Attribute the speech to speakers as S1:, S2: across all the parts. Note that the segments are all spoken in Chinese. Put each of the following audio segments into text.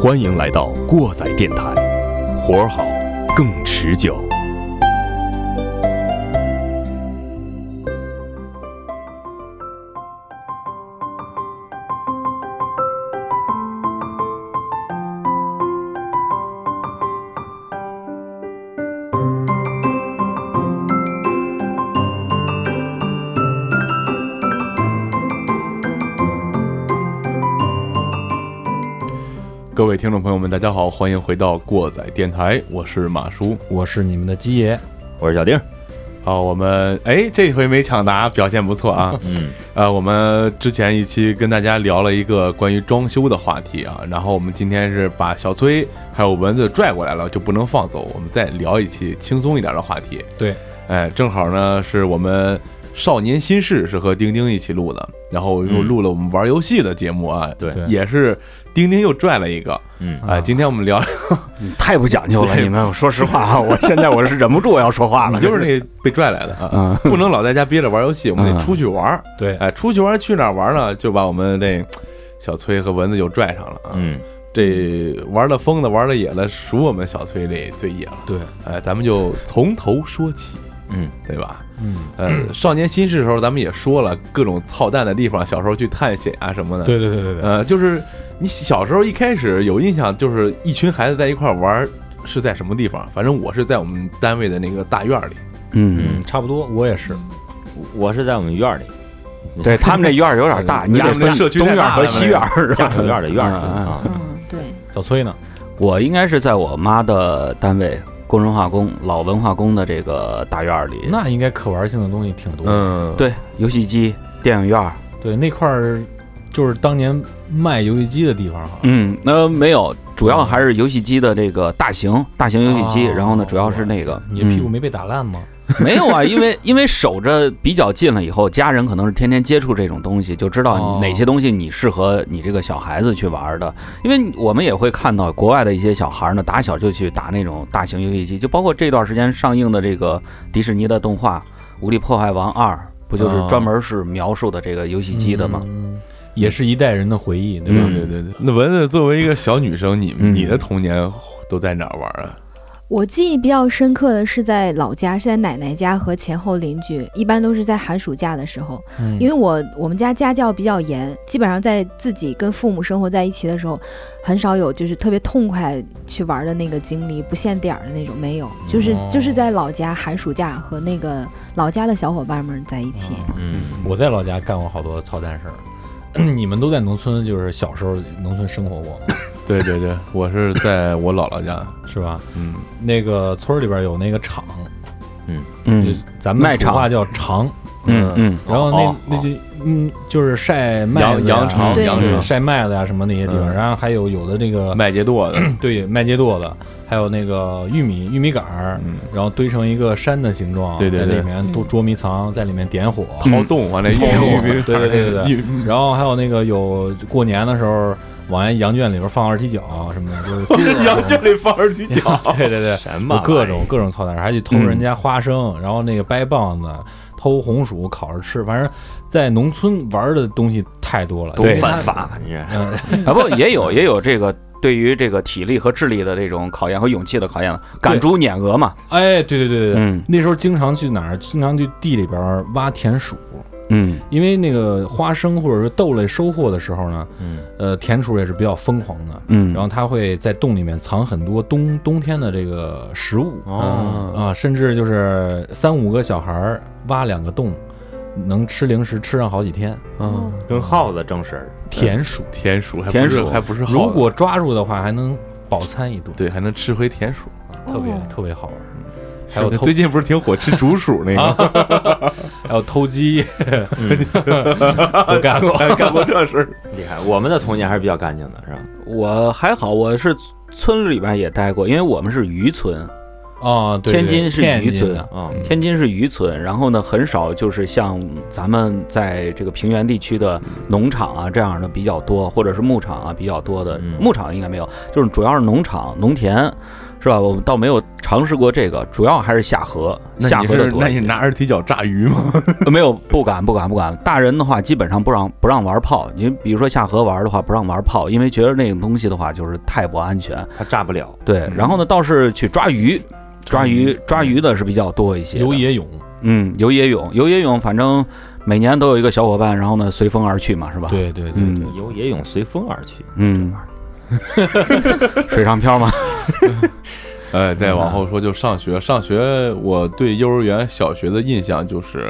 S1: 欢迎来到过载电台，活儿好，更持久。
S2: 各位听众朋友们，大家好，欢迎回到过载电台，我是马叔。
S3: 我是你们的鸡爷，
S4: 我是小丁，
S2: 好，我们哎，这回没抢答，表现不错啊。
S4: 嗯，
S2: 呃，我们之前一期跟大家聊了一个关于装修的话题啊，然后我们今天是把小崔还有蚊子拽过来了，就不能放走，我们再聊一期轻松一点的话题。
S3: 对，
S2: 哎，正好呢是我们少年心事是和丁丁一起录的，然后又录了我们玩游戏的节目啊，
S4: 嗯对
S3: 对
S2: 也是丁丁又拽了一个，
S4: 嗯
S2: 哎，今天我们聊
S5: 太不讲究了， 你们说实话啊，我现在我是忍不住我要说话了，
S2: 你就是那被拽来的啊， 不能老在家憋着玩游戏，我们得出去玩儿。
S3: 对，
S2: 哎，出去玩儿去哪儿玩儿呢？就把我们这小崔和蚊子就拽上了啊。
S4: 嗯，
S2: 这玩的疯的，玩的野的，属我们小崔这最野了。
S3: 对，
S2: 哎，咱们就从头说起，
S4: 嗯，
S2: 对吧？
S3: 嗯，
S2: 呃，少年心事的时候，咱们也说了各种操蛋的地方，小时候去探险啊什么的。，
S3: 对对对对对，
S2: 呃，就是你小时候一开始有印象，就是一群孩子在一块儿玩儿是在什么地方？反正我是在我们单位的那个大院儿里。
S5: 嗯，
S3: 差不多，我也是，
S4: 我是在我们 院儿里，
S5: 对他们这院儿有点大，
S2: 嗯
S5: 你得
S2: 咱们
S5: 分
S2: 这社区
S5: 东
S2: 太
S5: 院
S2: 大
S5: 儿和
S2: 了
S5: 西院儿是
S4: 家
S5: 吧？
S4: 属院儿的院儿里
S5: 嗯嗯
S4: 啊，
S6: 嗯，对，
S3: 小崔呢？
S5: 我应该是在我妈的单位工人化工老文化宫的这个大院儿里，
S3: 那应该可玩性的东西挺多的。
S2: 嗯，
S5: 对游戏机、电影院儿，
S3: 对，那块儿就是当年卖游戏机的地方，好像
S5: 嗯，那没有，主要还是游戏机的这个大型大型游戏机，
S3: 哦
S5: 然后呢，主要是那个
S3: 你的屁股
S5: 嗯
S3: 没被打烂吗？
S5: 没有啊，因为因为守着比较近了以后，家人可能是天天接触这种东西，就知
S3: 哦
S5: 道哪些东西你适合你这个小孩子去玩的。因为我们也会看到国外的一些小孩呢，打小就去打那种大型游戏机，就包括这段时间上映的这个迪士尼的动画《无力破坏王二》，不就是
S2: 哦
S5: 专门是描述的这个游戏机的吗？
S3: 嗯？也是一代人的回忆，对吧？
S2: 对对对对。那蚊子作为一个小女生，你
S5: 嗯
S2: 你的童年都在哪儿玩啊？
S6: 我记忆比较深刻的是在老家，是在奶奶家和前后邻居，一般都是在寒暑假的时候，
S3: 嗯
S6: 因为我我们家家教比较严，基本上在自己跟父母生活在一起的时候，很少有就是特别痛快去玩的那个经历，不限点儿的那种没有，就是
S3: 哦
S6: 就是在老家寒暑假和那个老家的小伙伴们在一起，
S4: 嗯
S3: 我在老家干过好多操蛋事儿。 你们都在农村，就是小时候农村生活过，
S2: 对对对， 我是在我姥姥家。
S3: 是吧？
S2: 嗯，
S3: 那个村儿里边有那个厂，
S5: 嗯
S3: 就咱们
S5: 卖
S3: 土
S5: 场
S3: 话叫场，
S5: 嗯嗯
S3: 然后
S4: 哦
S3: 那那就嗯，就是晒麦
S2: 羊
S3: 子呀嗯
S2: 羊肠、
S6: 对
S2: 羊
S3: 对，
S2: 肠、
S3: 晒麦子呀、什么那些地方，
S2: 嗯
S3: 然后还有有的那个
S2: 麦秸垛的，
S3: 对麦秸垛的，还有那个玉米玉米杆儿，
S2: 嗯，
S3: 然后堆成一个山的形状，
S2: 对对
S3: 在
S2: 对哎
S3: 里面都捉迷藏，在里面点火，
S2: 掏洞啊往那玉
S6: 掏洞
S2: 米，
S3: 对对对对对
S2: 玉米
S3: 然后还有那个有过年的时候往人羊圈里边放二踢脚什么的，就是各 种
S2: 羊圈里放二踢脚。
S3: 对对对，
S4: 什么玩意儿
S3: 各种各种操蛋事儿，还去偷人家花生，然后那个掰棒子。偷红薯烤着吃，反正，在农村玩的东西太多了，
S4: 都
S3: 因为它
S4: 犯法，你这
S3: 嗯，
S5: 啊不也有也有这个对于这个体力和智力的这种考验和勇气的考验了，赶猪撵鹅嘛，
S3: 哎，对对对对对，
S5: 嗯
S3: 那时候经常去哪儿？经常去地里边儿挖田鼠，
S5: 嗯
S3: 因为那个花生或者是豆类收获的时候呢，
S4: 嗯
S3: 呃，田鼠也是比较疯狂的，
S5: 嗯
S3: 然后它会在洞里面藏很多冬冬天的这个食物
S4: 哦
S3: 啊、甚至就是三五个小孩儿挖两个洞，能吃零食吃上好几天。
S2: 嗯，
S4: 跟耗子争食儿，
S3: 田鼠，
S2: 田鼠还不
S5: 田
S2: 是
S5: 鼠
S2: 还不是耗子
S3: 如果抓住的话，还能饱餐一顿，
S2: 对还能吃回田鼠。
S3: 特别、
S6: 哦
S3: 特别好玩。还有啊
S2: 是
S3: 偷
S2: 最近不是挺火吃竹鼠 那个，
S3: 还有偷鸡，都干过。
S2: 还 干过这事 儿。
S4: 厉害。我们的童年还是比较干净的，是吧？
S5: 我还好，我是村里边也待过，因为我们是渔村，
S3: 啊，对
S5: 天
S3: 对
S5: 津是
S3: 天
S5: 渔村嗯
S3: 津的
S4: 啊，
S5: 天津是渔村，然后呢，很少就是像咱们在这个平原地区的农场啊这样的比较多，或者是牧场啊比较多的
S4: 嗯。
S5: 牧场应该没有，就是主要是农场、农田，是吧？我们倒没有尝试过这个，主要还是下河，
S2: 那
S5: 下
S2: 你
S5: 河的
S2: 是
S5: 多
S2: 那
S5: 一些。
S2: 你拿着踢脚炸鱼吗？
S5: 呃 没有，不敢，不敢，不敢。大人的话，基本上不让不让玩炮。你比如说下河玩的话，不让玩炮，因为觉得那个东西的话就是太不安全。
S4: 它炸 不了。
S5: 对，然后呢，倒是去抓鱼，抓鱼嗯抓鱼的是比较多一些的。
S3: 游野泳，
S5: 嗯，游野泳，游野泳，反正每年都有一个小伙伴，然后呢随风而去嘛，是吧？，
S3: 对对对
S5: 嗯
S3: 对，
S4: 游野泳随风而去，
S5: 嗯， 水上 漂嘛，
S2: 呃，再往后说就上学，上学我对幼儿园、小学的印象就是，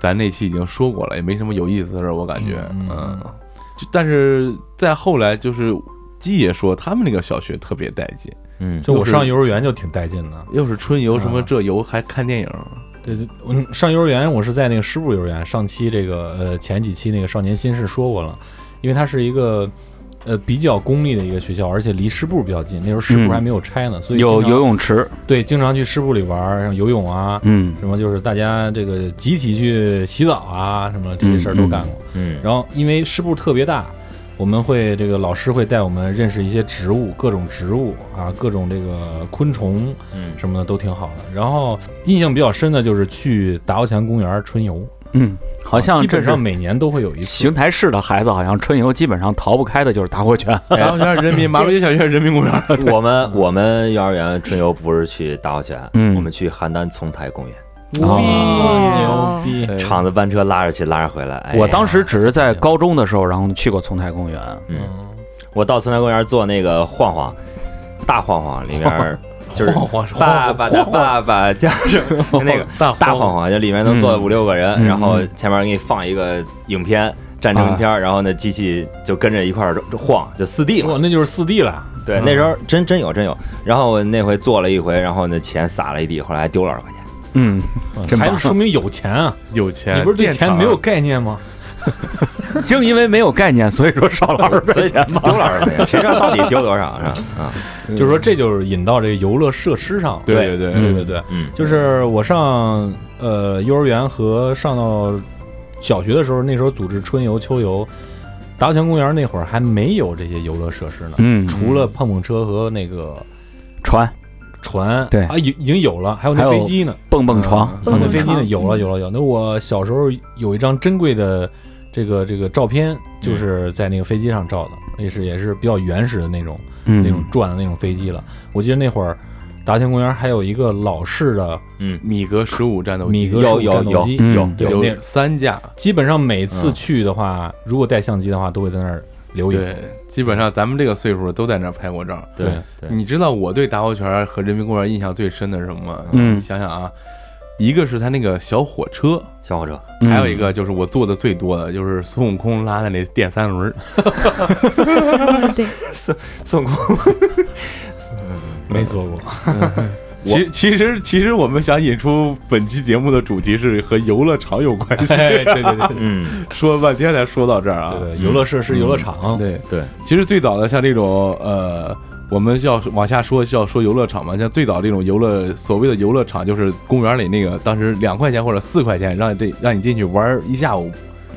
S2: 咱那期已经说过了，也没什么有意思的事儿，我感觉，
S3: 嗯
S2: 嗯，
S3: 嗯
S2: 就但是再后来就是鸡爷说他们那个小学特别带劲，
S4: 嗯，
S3: 就我
S2: 就是
S3: 上幼儿园就挺带劲的。
S2: 又是春游什么
S3: 啊
S2: 这游，还看电影，
S3: 对对，嗯，上幼儿园我是在那个师部幼儿园，上期这个呃前几期那个少年心事说过了，因为它是一个呃比较公立的一个学校，而且离师部比较近，那时候师
S5: 嗯
S3: 部还没有拆呢，所以
S5: 有
S3: 经常
S5: 游泳池，
S3: 对经常去师部里玩儿，像游泳啊，
S5: 嗯
S3: 什么就是大家这个集体去洗澡啊，什么这些事儿都干过。
S4: 嗯，
S3: 然后因为湿布特别大，我们会这个老师会带我们认识一些植物，各种植物啊，各种这个昆虫
S4: 嗯
S3: 什么的都挺好的。然后印象比较深的就是去达奥前公园春游，
S5: 嗯，好像
S3: 基
S5: 这
S3: 本
S5: 是
S3: 上每年都会有一次
S5: 邢。台市的孩子，好像春游基本上逃不开的就是打火 拳，
S2: 大学园、人民马路街小学、人民公园，
S4: 我们我们幼儿园春游不是去大奥泉，
S5: 嗯
S4: 我们去邯郸丛台公园，
S3: 牛
S5: 哦
S6: 哇，
S3: 逼！
S5: 哎
S4: 厂子班车拉着去，拉着回来。哎呀
S5: 我当时只是在高中的时候，然后去过丛台公园，
S4: 嗯，我到丛台公园坐那个晃晃，大晃晃 里面就是
S2: 晃晃
S4: 爸爸的爸爸加上那个
S2: 大
S4: 大晃晃，就里面能坐五六个人，
S5: 嗯
S4: 然后前面给你放一个影片。战争片，然后呢，机器就跟着一块儿晃，就四 D 嘛
S3: 哇，。那就是四 D 了，
S4: 对，
S5: 嗯
S4: 那时候真真有真有。然后我那回做了一回，然后呢钱撒了一地，后 来还丢了二十块钱。
S5: 嗯，真
S3: 孩
S5: 棒
S3: 子说明有钱啊！
S2: 有钱，
S3: 你不是对
S2: 电
S3: 钱
S5: 啊
S2: 厂
S3: 没有概念吗？
S5: 正因为没有概念，所以说少了二十块钱嘛，
S4: 丢了二十块钱，谁知道到底丢多少是吧？啊，
S3: 就是说，这就是引到这个游乐设施上了。
S2: 对对对，
S3: 对对对，
S4: 嗯，
S3: 就是我上呃幼儿园和上到小学的时候，那时候组织春游、秋游，达奥泉公园那会儿还没有这些游乐设施呢，
S5: 嗯，
S3: 除了碰碰车和那个
S5: 船
S3: 船，
S5: 对
S3: 啊，已已经有了，还有
S5: 还有
S3: 那飞机呢，
S5: 蹦蹦床，嗯
S3: 还有那
S6: 蹦
S3: 啊飞机呢，
S6: 床
S3: 有了有了有了。那我小时候有一张珍贵的这个这个照片，就是在那个飞机上照的，那是也是比较原始的那种。
S5: 嗯
S3: 那种转的那种飞机了。我记得那会儿，达天公园还有一个老式的
S2: 米格十五战斗机
S3: 米格
S4: 有
S3: 式
S4: 有
S3: 战斗机，
S5: 有
S3: 有
S2: 有
S3: 那
S2: 三架，
S3: 基本上每次去的话，如果带相机的话，都会在那儿留影。
S2: 对，基本上咱们这个岁数都在那儿拍过照。
S4: 对对，
S2: 你知道我对达活泉和人民公园印象最深的是什么吗？
S5: 嗯
S2: 你想想啊，一个是他那个小火车，
S4: 小火车，
S5: 嗯
S2: 还有一个就是我坐的最多的就是孙悟空拉的那电三轮儿，
S6: 对，
S4: 孙悟空，
S3: 没坐过，
S2: 其其实其实我们想引出本期节目的主题是和游乐场有关 系，
S3: 哎，对对对对
S4: 嗯，
S2: 说了半天才说到这儿啊。
S3: 对，游乐设施、游乐场，
S2: 对
S4: 对，
S2: 其实最早的像这种呃，我们要往下说是要说游乐场嘛，像最早这种游乐所谓的游乐场，就是公园里那个当时两块钱或者四块钱让这 让你进去玩一下午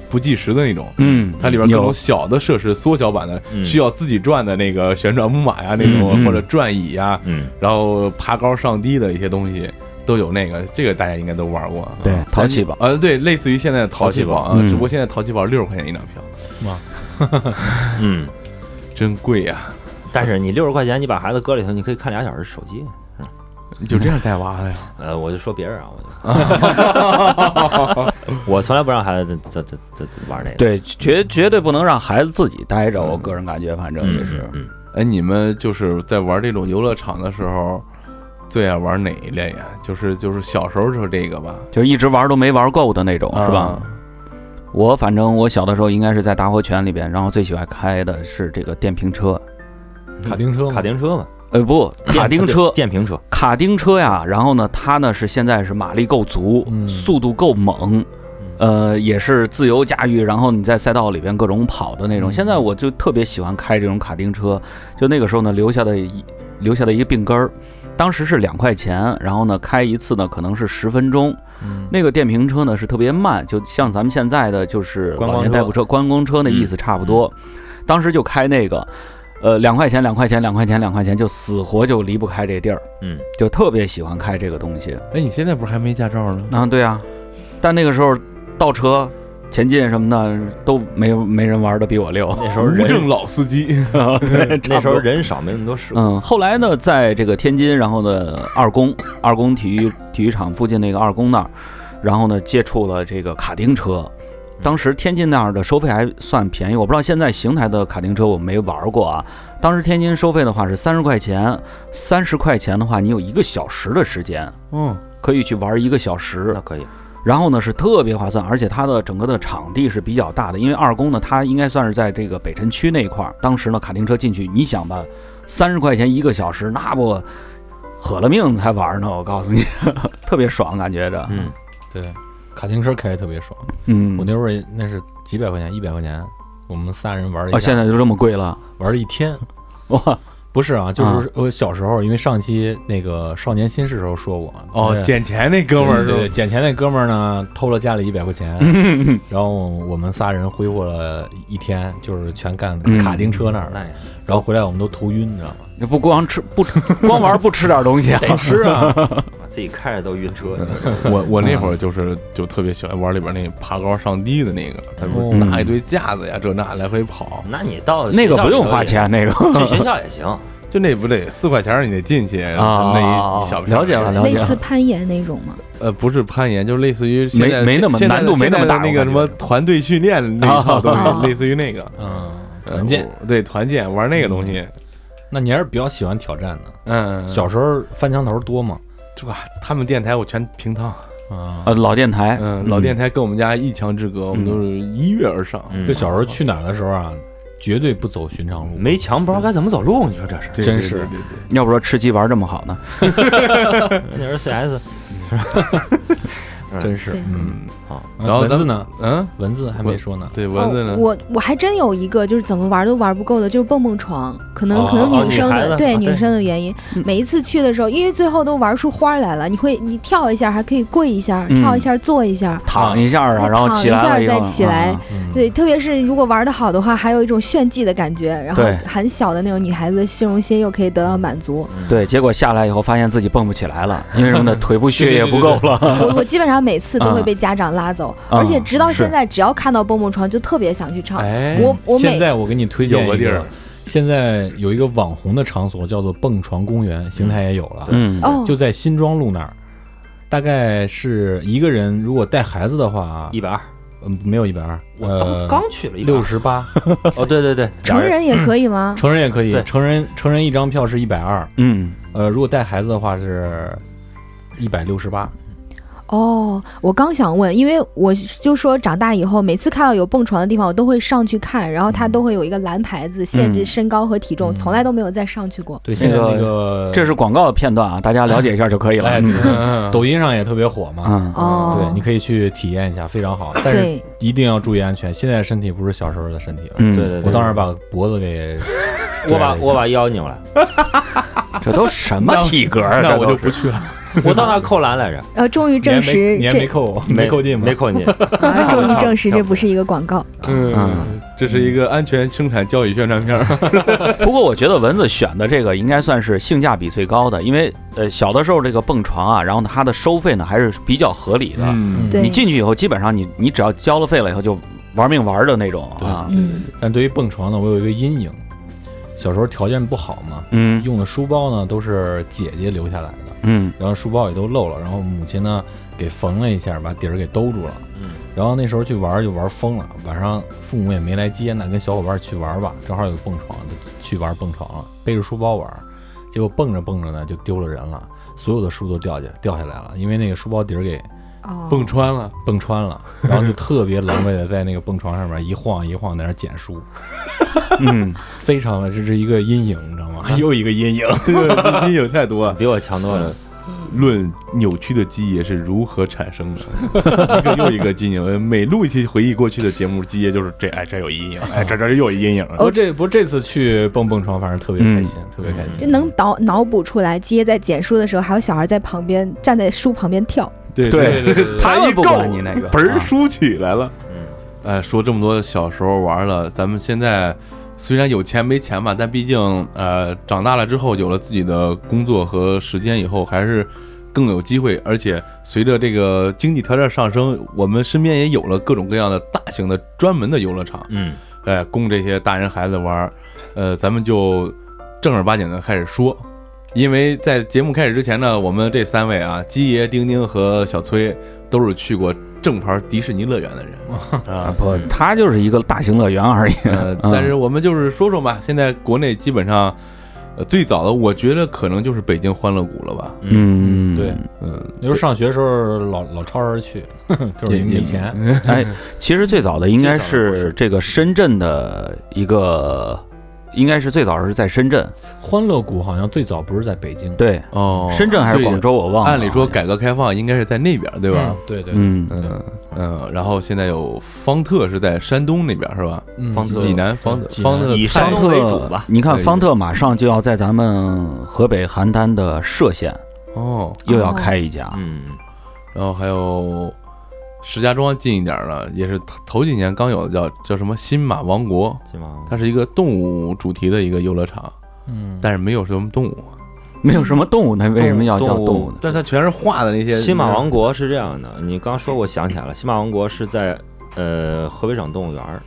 S2: 不计时的那种。
S5: 嗯，
S2: 它里边各
S5: 有
S2: 种小的设施，缩小版的，
S4: 嗯
S2: 需要自己转的那个旋转木马呀，那种
S5: 嗯嗯
S2: 或者转椅呀，
S4: 嗯，
S2: 然后爬高上低的一些东西都有。那个这个大家应该都玩过，
S5: 对淘气堡，
S2: 呃，对，类似于现在的淘气堡啊
S5: 嗯，
S2: 只不过现在淘气堡六十块钱一张票，
S4: 嗯，
S2: 真贵啊呀！
S4: 但是你六十块钱，你把孩子搁里头，你可以看俩小时手机。
S2: 你就这样带娃的呀？
S4: 呃，我就说别人啊，我就，我从来不让孩子这这这这玩那个。
S5: 对，绝绝对不能让孩子自己待着。我个人感觉，反正也是，
S4: 嗯，
S2: 哎，你们就是在玩这种游乐场的时候，最爱玩哪一类呀？就是就是小时候就是这个吧，
S5: 就一直玩都没玩够的那种，是吧？
S2: 啊？
S5: 我反正我小的时候应该是在打火拳里边，然后最喜欢开的是这个电瓶车，
S3: 卡丁车嘛，
S4: 嗯卡丁车嘛，
S5: 呃，不，卡丁车，
S4: 电瓶车，
S5: 卡丁车呀。然后呢，它呢是现在是马力够足，
S3: 嗯
S5: 速度够猛。呃，也是自由驾驭，然后你在赛道里边各种跑的那种。
S3: 嗯
S5: 现在我就特别喜欢开这种卡丁车，就那个时候呢，留下的一留下的一个病根儿，当时是两块钱，然后呢开一次呢可能是十分钟，
S3: 嗯
S5: 那个电瓶车呢是特别慢，就像咱们现在的就是
S3: 观
S5: 老
S3: 光
S5: 年代步车、观光车那意思差不多。当时就开那个，呃，两块钱、两块钱、两块钱、两块钱，就死活就离不开这地儿，
S4: 嗯，
S5: 就特别喜欢开这个东西。
S2: 哎，你现在不是还没驾照呢？
S5: 啊，对啊，但那个时候倒车、前进什么的都没有没人玩的比我溜。
S4: 那时候
S2: 无
S4: 人嗯
S2: 证老司 机，
S5: 对，
S4: 那时候
S5: 差不多
S4: 人少，没那么多事故。
S5: 嗯，后来呢，在这个天津，然后呢，二宫二宫体育体育场附近那个二宫那儿，然后呢，接触了这个卡丁
S4: 嗯
S5: 车。当时天津那儿的收费还算便宜，我不知道现在邢台的卡丁车我没玩过啊。当时天津收费的话是三十块钱，三十块钱的话，你有一个小时的时间，
S2: 嗯，
S5: 可以去玩一个小时。
S4: 那可以，啊
S5: 然后呢是特别划算，而且它的整个的场地是比较大的，因为二宫呢，它应该算是在这个北辰区那一块儿。当时呢，卡丁车进去，你想吧，三十块钱一个小时，那不喝了命才玩呢，我告诉你， 特别爽，感觉着。
S4: 嗯，
S3: 对，卡丁车开着特别爽。
S5: 嗯，
S3: 我那会儿那是几百块钱，一百块钱，我们仨人玩了一
S5: 啊，现
S3: 下，
S5: 在就这么贵了，
S3: 玩了一天。
S5: 哇，
S3: 不是啊，就是
S5: 啊
S3: 我小时候，因为上期那个少年心事时候说我
S2: 哦，
S3: 对
S2: 捡钱那哥们儿
S3: 对对
S2: 是
S3: 对
S2: 吧？
S3: 捡钱那哥们儿呢偷了家里一百块 钱，然后我们仨人挥霍了一天，就是全干
S5: 嗯
S3: 卡丁车那儿了，
S4: 那也
S3: 然后回来我们都头晕，你知道吗？
S5: 不光吃不 吃，光玩不吃点东 西啊？
S3: 得吃啊，
S4: 自己开着都晕车。
S2: 我我那会儿就是就特别喜欢玩里边那爬高上低的那个，他不是
S5: 嗯
S2: 拿一堆架子呀，这那来回跑，
S4: 那你到
S5: 那个
S4: 学校
S5: 不用
S4: 里头嗯
S5: 花
S4: 也，
S5: 钱，那个
S4: 去学校也行。
S2: 就那不得四块钱儿你得进去，然后
S5: 啊
S2: 他们那一一小片儿
S5: 了解了，了
S6: 类
S5: 解
S6: 似
S5: 了。
S6: 攀岩那种吗？
S2: 呃，不是攀岩，就类似于现在
S5: 没没那么
S2: 现在的
S5: 难度没那么大
S2: 现在的那个什
S5: 我感觉
S2: 么团队训练那一套东
S6: 啊
S2: 西，类似于那个
S5: 啊
S3: 嗯，
S2: 呃
S3: 团建。
S2: 我对团建玩那个东西，
S3: 那你还是比较喜欢挑战的。
S2: 嗯，
S3: 小时候翻墙头多嘛，
S2: 哇，他们电台我全平趟，
S3: 啊，
S5: 呃，老电台，
S2: 嗯，老电台跟我们家一墙之隔，我们
S5: 嗯
S2: 都是一跃而上，
S4: 嗯
S3: 就小时候去哪儿的时候啊，绝对不走寻常路，
S4: 没墙不知道该怎么走路，你说这是？
S2: 对
S3: 真是，
S2: 对对对对
S5: 嗯要不说吃鸡玩这么好呢？
S4: 那时候 CS
S3: 真是
S6: 对。
S3: 嗯，
S2: 嗯，然
S3: 然
S2: 后
S3: 后文
S2: 咱
S3: 字呢？
S2: 嗯，
S3: 文字还没说呢。
S2: 对蚊子
S6: 哦
S2: 呢？
S6: 我我还真有一个，就是怎么玩都玩不够的，就是蹦蹦床。可能、
S4: 哦
S6: 可
S4: 哦
S6: 能女生
S4: 女孩
S6: 的、
S4: 子
S6: 对
S4: 啊对
S6: 女生的原因，每一次去的时候，因为最后都玩出花来了，你会你跳一下，还可以跪一下，
S5: 嗯
S6: 跳一下，坐一下。
S5: 躺一下啊，
S6: 啊
S5: 然后
S6: 躺
S5: 起
S6: 一
S5: 来
S6: 下
S5: 了以
S6: 再
S5: 后
S6: 起来
S5: 啊
S3: 嗯
S6: 对，特别是如果玩的好的话，还有一种炫技的感觉，然后
S5: 对
S6: 很小的那种女孩子的虚荣心又可以得到满足。
S5: 对，结果下来以后发现自己蹦不起来了，因为什么呢？腿部血液不够了。
S6: 我我基本上每次都会被家长拉走，
S5: 啊
S6: 而且直到
S5: 是
S6: 现在，只要看到蹦蹦床就特别想去唱。
S2: 哎，
S6: 我我
S3: 现
S6: 每
S3: 在我给你推荐
S2: 有
S3: 一
S2: 个地儿，
S3: 现在有一个网红的场所叫做蹦床公园，邢台也有了，
S5: 嗯
S6: 哦，
S3: 就在新庄路那儿。大概是一个人，如果带孩子的话啊，
S4: 一百二，
S3: 嗯，没有一百二，
S4: 我
S3: 呃
S4: 刚刚去了一百
S3: 六十八，
S4: 哦，对对对，
S6: 成
S4: 俩
S6: 人也可以吗？
S3: 成人也可以
S4: 对，
S3: 成人成人一张票是一百二，
S5: 嗯，
S3: 呃，如果带孩子的话是一百六十八，
S6: 哦，我刚想问，因为我就说长大以后，每次看到有蹦床的地方，我都会上去看，然后它都会有一个蓝牌子限制
S5: 嗯
S6: 身高和体重，
S3: 嗯
S6: 从来都没有再上去过。
S3: 对，现在
S5: 那个
S3: 那个
S5: 这是广告的片段啊，大家了解一下就可以了。
S3: 哎，
S5: 嗯
S3: 对对对
S2: 嗯
S3: 抖音上也特别火嘛，
S5: 嗯，
S6: 哦，
S3: 对，你可以去体验一下，非常好，但是
S6: 对
S3: 一定要注意安全，现在身体不是小时候的身体了。
S5: 嗯
S4: 对对对，，
S3: 我当时把脖子给
S4: 我把我把腰扭了，
S5: 这都什么体格儿？
S2: 那
S5: 这
S2: 我
S5: 都
S2: 就是不去了。
S4: 我到那儿扣篮 来着，
S6: 呃，终于证实
S3: 你还没
S6: 这，
S3: 扣，没扣进吧，
S4: 没扣进，
S6: 啊终于证实这不是一个广告。
S2: 嗯，这是一个安全生产教育宣传片儿。
S5: 不过我觉得蚊子选的这个应该算是性价比最高的，因为呃小的时候这个蹦床啊，然后它的收费呢还是比较合理的。
S2: 嗯
S6: 对
S5: 你进去以后，基本上你你只要交了费了以后就玩命玩的那种啊。
S6: 嗯，
S3: 但对于蹦床呢，我有一个阴影，小时候条件不好嘛，
S5: 嗯
S3: 用的书包呢都是姐姐留下来的，
S5: 嗯
S3: 然后书包也都漏了，然后母亲呢给缝了一下，把底儿给兜住了。
S4: 嗯，
S3: 然后那时候去玩儿就玩疯了，晚上父母也没来接，那跟小伙伴儿去玩儿吧，正好有蹦床，就去玩蹦床了，背着书包玩儿，结果蹦着蹦着呢就丢了人了，所有的书都掉下掉下来了，因为那个书包底儿给
S6: 哦，
S2: 蹦穿了，
S3: 蹦穿了，然后就特别狼狈的在那个蹦床上面一晃一晃在那儿捡书，
S5: 嗯，
S3: 非哎常这是一个阴影，你知道吗？又一个阴影。
S2: 这个阴影太多了。啊
S4: 比我强多了。
S2: 论扭曲的记忆是如何产生的，一个又一个记忆。每录一期回忆过去的节目，基爷就是这，哎，这有阴影，哎，这这又有阴影。
S3: 不过这不过这次去蹦蹦床，反正特别开心，特别开心。
S6: 就能脑脑补出来，基爷在捡书的时候，还有小孩在旁边站在书旁边跳，
S2: 对
S5: 对
S2: 对对，
S5: 他
S2: 一
S5: 们不
S2: 够，
S5: 管你那个
S2: 嘣儿
S5: 啊
S2: 输起来了。
S4: 嗯，
S2: 哎，说这么多小时候玩了，咱们现在虽然有钱没钱吧，但毕竟呃长大了之后有了自己的工作和时间以后，还是更有机会。而且随着这个经济条件上升，我们身边也有了各种各样的大型的专门的游乐场，
S4: 嗯，
S2: 哎，供这些大人孩子玩儿。呃，咱们就正儿八经的开始说。因为在节目开始之前呢，我们这三位啊，鸡爷、丁丁和小崔都是去过正牌迪士尼乐园的人啊
S5: 啊，不，它就是一个大型乐园而已。
S2: 呃，
S5: 嗯
S2: 但是我们就是说说吧，现在国内基本上，呃，最早的我觉得可能就是北京欢乐谷了吧，
S5: 嗯，
S3: 对，
S2: 嗯，
S3: 那时候上学的时候老老超人去， 就是
S2: 也
S3: 没钱，
S5: 哎，
S2: 嗯
S5: 其实最早的应该
S4: 最早的不
S5: 是
S4: 是
S5: 这个深圳的一个，应该是最早是在深圳，
S3: 欢乐谷好像最早不是在北京，
S5: 对，
S2: 哦
S5: 深圳还是广？州，我
S2: 对
S5: 忘了。
S2: 哦按理说，改革开放应该是在那边，对吧
S3: 嗯？？对对，
S5: 嗯，
S2: 嗯嗯，然后现在有方特是在山东那边是吧？
S3: 嗯
S4: 方特
S2: 济南方特
S3: 济
S2: 方
S3: 南
S2: 特
S4: 以
S2: 太
S4: 山
S5: 方
S4: 东为主
S5: 特
S4: 吧，
S5: 你看
S2: 对
S5: 方特马上就要在咱们河北邯郸的歙县
S2: 哦，
S5: 又要开一家，
S4: 嗯，
S2: 然后还有石家庄近一点的，也是头头几年刚有的叫叫什么新马王国，
S4: 是吗？
S2: 它是一个动物主题的一个游乐场，
S3: 嗯，
S2: 但是没有什么动物。
S5: 没有什么动物，那为什么要叫
S4: 动物
S5: 动物呢？
S2: 但它全是画的那些
S4: 新马王国是这样的，你刚说我想起来了，新马王国是在呃河北省动物园儿，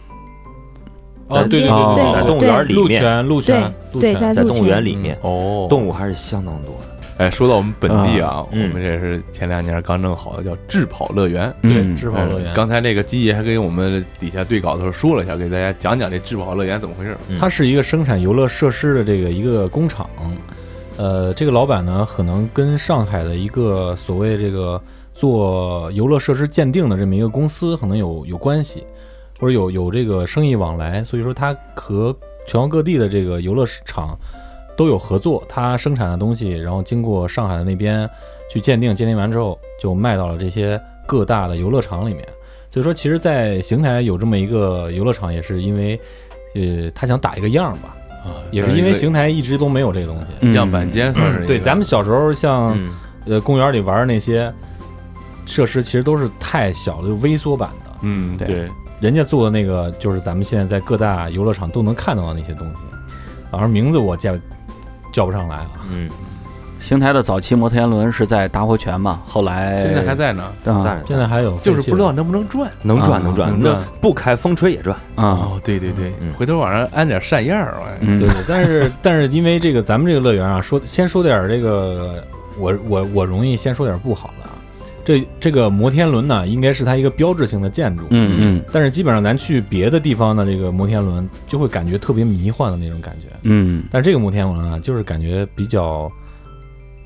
S3: 哦对对
S5: 哦
S4: 在
S3: 对
S4: 动
S3: 对
S4: 物园里
S3: 对，鹿
S4: 面，
S3: 泉鹿泉鹿
S6: 对，
S3: 泉，
S6: 在
S4: 在
S6: 鹿
S4: 动物园
S6: 泉
S4: 里面，
S2: 哦
S4: 动物还是相当多的。
S2: 哎，说到我们本地啊，我
S4: 嗯
S2: 们这是前两年刚弄好的叫智跑乐园。
S3: 对
S5: 嗯
S3: 智跑乐园
S2: 哎。刚才那个鸡爷还跟我们底下对稿的时候说了一下，给大家讲讲这智跑乐园怎么回事。
S4: 嗯
S3: 它是一个生产游乐设施的这个一个工厂。呃，这个老板呢，可能跟上海的一个所谓这个做游乐设施鉴定的这么一个公司，可能有有关系，或者有有这个生意往来，所以说它和全国各地的这个游乐市场都有合作。它生产的东西，然后经过上海的那边去鉴定，鉴定完之后就卖到了这些各大的游乐场里面。所以说，其实，在邢台有这么一个游乐场，也是因为，呃，他想打一个样儿吧，
S2: 啊
S3: 也是因为邢台一直都没有这个东西。
S5: 嗯
S2: 样板间算是一个
S3: 对，咱们小时候像、
S4: 嗯
S3: 呃公园里玩儿那些设施，其实都是太小的，就微缩版的。
S2: 嗯对
S3: 人家做的那个就是咱们现在在各大游乐场都能看到的那些东西，反正名字我叫叫不上来啊。
S4: 嗯，
S5: 邢台的早期摩天轮是在大活泉嘛，后来
S2: 现在还在呢，
S5: 啊
S4: 赞了
S3: 现在还有
S2: 就是
S3: 废弃
S2: 不知道
S3: 的
S2: 能不能转。
S4: 能
S5: 啊
S4: 转能转，
S2: 能
S4: 那
S2: 转
S4: 不开风吹也转。
S5: 啊，
S2: 哦，对对对，
S4: 嗯
S2: 回头晚上安点扇叶儿。哎
S5: 嗯
S3: 对，对，但是但是因为这个咱们这个乐园啊，说先说点儿这个，我我我容易先说点儿不好的啊。这这个摩天轮呢，应该是它一个标志性的建筑，
S5: 嗯嗯
S3: 但是基本上咱去别的地方的这个摩天轮，就会感觉特别迷幻的那种感觉。
S5: 嗯，
S3: 但这个摩天轮啊，就是感觉比较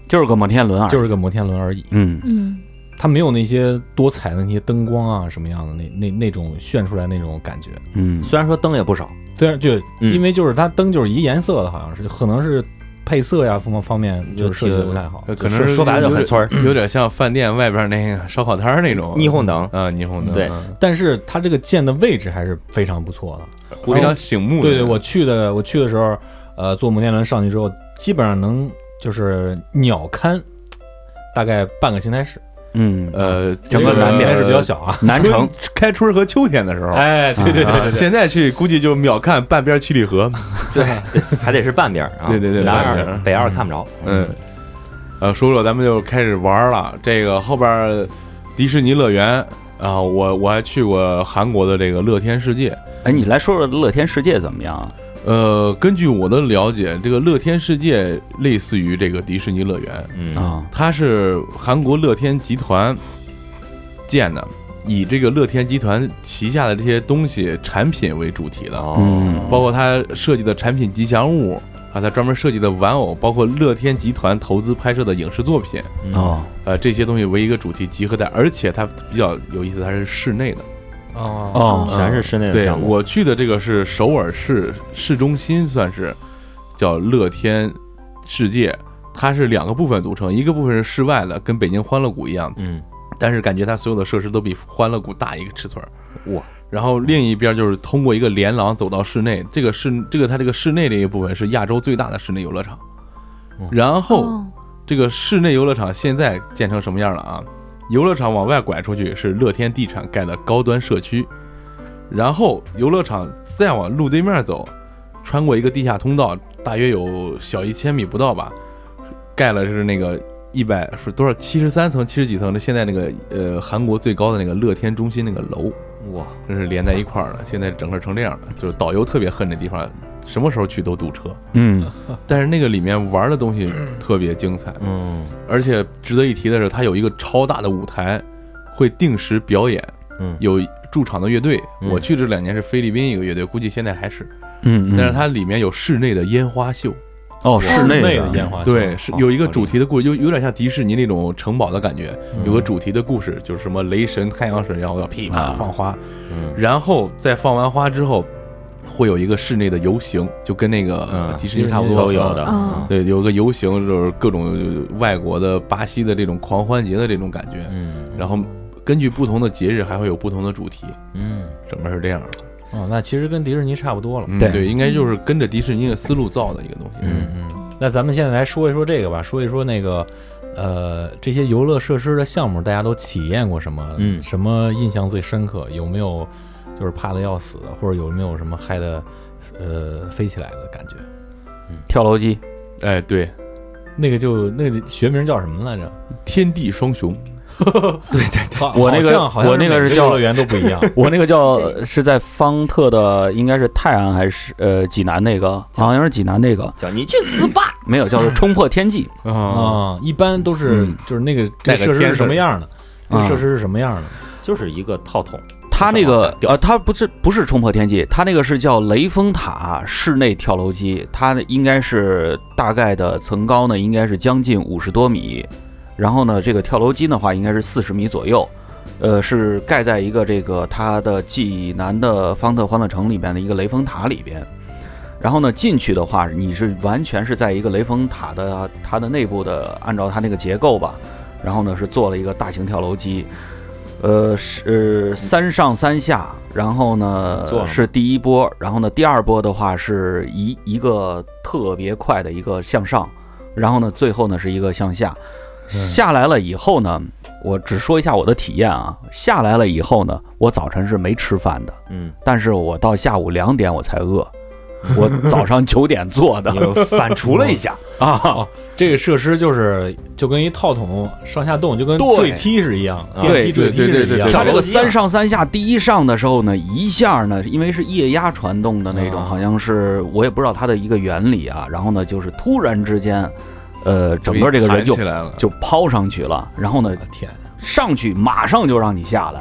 S5: 就是个摩天轮啊，
S3: 就是个摩天轮而已，
S5: 嗯
S6: 嗯，
S3: 它没有那些多彩的那些灯光啊什么样的那那那种炫出来那种感觉。
S5: 嗯
S4: 虽然说灯也不少，
S3: 虽然就
S4: 嗯
S3: 因为就是它灯就是一颜色的，好像是可能是配色呀方方面就是设计的不太好。
S2: 呃可能
S4: 嗯说
S2: 是
S4: 说白了就
S2: 有
S4: 很
S2: 点
S4: 村儿，
S2: 有点像饭店外边那个烧烤摊儿那种
S4: 嗯霓虹灯。
S2: 啊，霓虹灯
S4: 对
S2: 嗯
S3: 但是它这个建的位置还是非常不错的。
S2: 非常醒目的。
S3: 对对，我去的我去的时候，呃，坐摩天轮上去之后，基本上能就是鸟瞰大概半个邢台市，
S5: 嗯
S2: 呃，
S5: 整个
S2: 这
S5: 南
S3: 邢
S5: 边
S3: 台市比较小啊。
S5: 南城
S2: 呃春开春和秋天的时候，
S3: 哎，对对对
S2: 啊，现在去估计就秒看半边七里河。
S4: 对对，还得是半边儿啊，
S2: 对对对
S4: 南
S2: 半边
S4: 二
S2: 儿
S4: 北二看不着。
S2: 嗯，呃，说说咱们就开始玩了。这个后边儿迪士尼乐园啊，我我还去过韩国的这个乐天世界。
S5: 哎，你来说说乐天世界怎么样？
S2: 呃，根据我的了解，这个乐天世界类似于这个迪士尼乐园，
S4: 嗯，
S5: 啊？
S2: 它是韩国乐天集团建的，以这个乐天集团旗下的这些东西产品为主题的。
S4: 哦
S5: 嗯
S2: 包括它设计的产品吉祥物啊，它专门设计的玩偶，包括乐天集团投资拍摄的影视作品，
S5: 哦，
S2: 呃，这些东西为一个主题集合在，而且它比较有意思，它是室内的。
S3: 哦，
S5: 哦
S4: 全是室内的
S2: 对，
S4: 项目。
S2: 我去的这个是首尔市市中心，算是叫乐天世界它是两个部分组成，一个部分是室外的，跟北京欢乐谷一样，
S4: 嗯，
S2: 但是感觉它所有的设施都比欢乐谷大一个尺寸儿。
S4: 哇！
S2: 然后另一边就是通过一个连廊走到室内，这个室这个它这个室内这一部分是亚洲最大的室内游乐场。然后
S6: 哦，
S2: 这个室内游乐场现在建成什么样了啊？游乐场往外拐出去是乐天地产盖的高端社区，然后游乐场再往路对面走，穿过一个地下通道，大约有小一千米不到吧，盖了是那个一百是多少七十三层七十几层的，现在那个呃韩国最高的那个乐天中心那个楼，
S4: 哇，
S2: 这是连在一块儿的，现在整个成这样了，就是导游特别恨这地方，什么时候去都堵车，
S5: 嗯，
S2: 但是那个里面玩的东西特别精彩，
S4: 嗯
S2: 而且值得一提的是，它有一个超大的舞台，会定时表演，
S4: 嗯
S2: 有驻场的乐队。
S4: 嗯
S2: 我去这两年是菲律宾一个乐队，估计现在还是。
S5: 嗯，嗯
S2: 但是它里面有室内的烟花秀，
S5: 哦，室内
S3: 内
S5: 的
S3: 的烟花秀
S2: 对，是
S4: 好
S2: 有一个
S4: 哦好厉嗯
S2: 主题的故事，有有点像迪士尼那种城堡的感觉，有个主题的故事，就是什么雷神、太阳神，然后要噼啪
S5: 啊
S2: 放花，
S4: 嗯
S2: 然后在放完花之后，会有一个室内的游行，就跟那个呃
S4: 嗯
S2: 迪士尼差不多
S4: 都有
S2: 嗯
S4: 的，
S6: 哦
S2: 对，有个游行，就是各种外国的、巴西的这种狂欢节的这种感觉。
S4: 嗯
S2: 然后根据不同的节日，还会有不同的主题，
S4: 嗯
S2: 整个是这样的。
S3: 哦，那其实跟迪士尼差不多了。
S2: 嗯，
S5: 对
S2: 对，应该就是跟着迪士尼的思路造的一个东西。
S4: 嗯
S3: 嗯，那咱们现在来说一说这个吧，说一说那个，呃，这些游乐设施的项目，大家都体验过什么？
S4: 嗯
S3: 什么印象最深刻？有没有就是怕的要死的，或者有没有什么嗨的，呃，飞起来的感觉？
S5: 跳楼机，
S2: 哎，对，
S3: 那个就那个学名叫什么来着？
S2: 天地双雄，
S3: 好
S5: 我那个
S3: 好像好像
S5: 我那个
S3: 每
S5: 是叫
S3: 游乐园都不一样。
S5: 我那个叫呃是在方特的，应该是泰安还是呃济南那个，好像是济南那个，
S4: 叫你去死吧！
S5: 没有叫做冲破天际，
S2: 啊，
S3: 啊，一般都是
S5: 嗯
S3: 就是那个
S2: 带
S3: 这
S2: 个
S3: 个设施
S2: 天
S3: 是什么
S2: 字
S3: 样的？这个
S5: 啊
S3: 设施是什么样的？
S4: 就是一个套筒，
S5: 它那
S4: 往
S5: 个
S4: 下掉
S5: 呃，它不是不是冲破天际，它那个是叫雷峰塔室内跳楼机，它应该是大概的层高呢，应该是将近五十多米，然后呢，这个跳楼机的话应该是四十米左右，呃，是盖在一个这个它的济南的方特欢乐城里边的一个雷峰塔里边。然后呢，进去的话，你是完全是在一个雷峰塔的它的内部的，按照它那个结构吧，然后呢是做了一个大型跳楼机，呃是呃三上三下，然后
S4: 做了
S5: 呢
S4: 吗
S5: 是第一波，然后呢第二波的话是一一个特别快的一个向上，然后呢最后呢是一个向下，
S4: 嗯
S5: 下来了以后呢，我只说一下我的体验啊，下来了以后呢，我早晨是没吃饭的，
S4: 嗯，
S5: 但是我到下午两点我才饿。我早上九点做的
S4: 你反刍了一下，
S5: 啊，
S3: 这个设施就是就跟一套筒上下动，就跟
S5: 对
S3: 坠梯是一样，
S4: 对
S3: 电梯坠梯
S2: 对对
S3: 是一
S2: 对
S3: 样
S2: 对
S5: 它
S3: 的。
S5: 这个三上三下，第一上的时候呢，一下呢，因为是液压传动的那种，
S4: 啊
S5: 好像是我也不知道它的一个原理啊。然后呢，就是突然之间，呃，整个这个人
S2: 弹
S5: 就
S2: 起来了。
S5: 就抛上去了，然后呢
S3: 我，天，
S5: 上去马上就让你下来。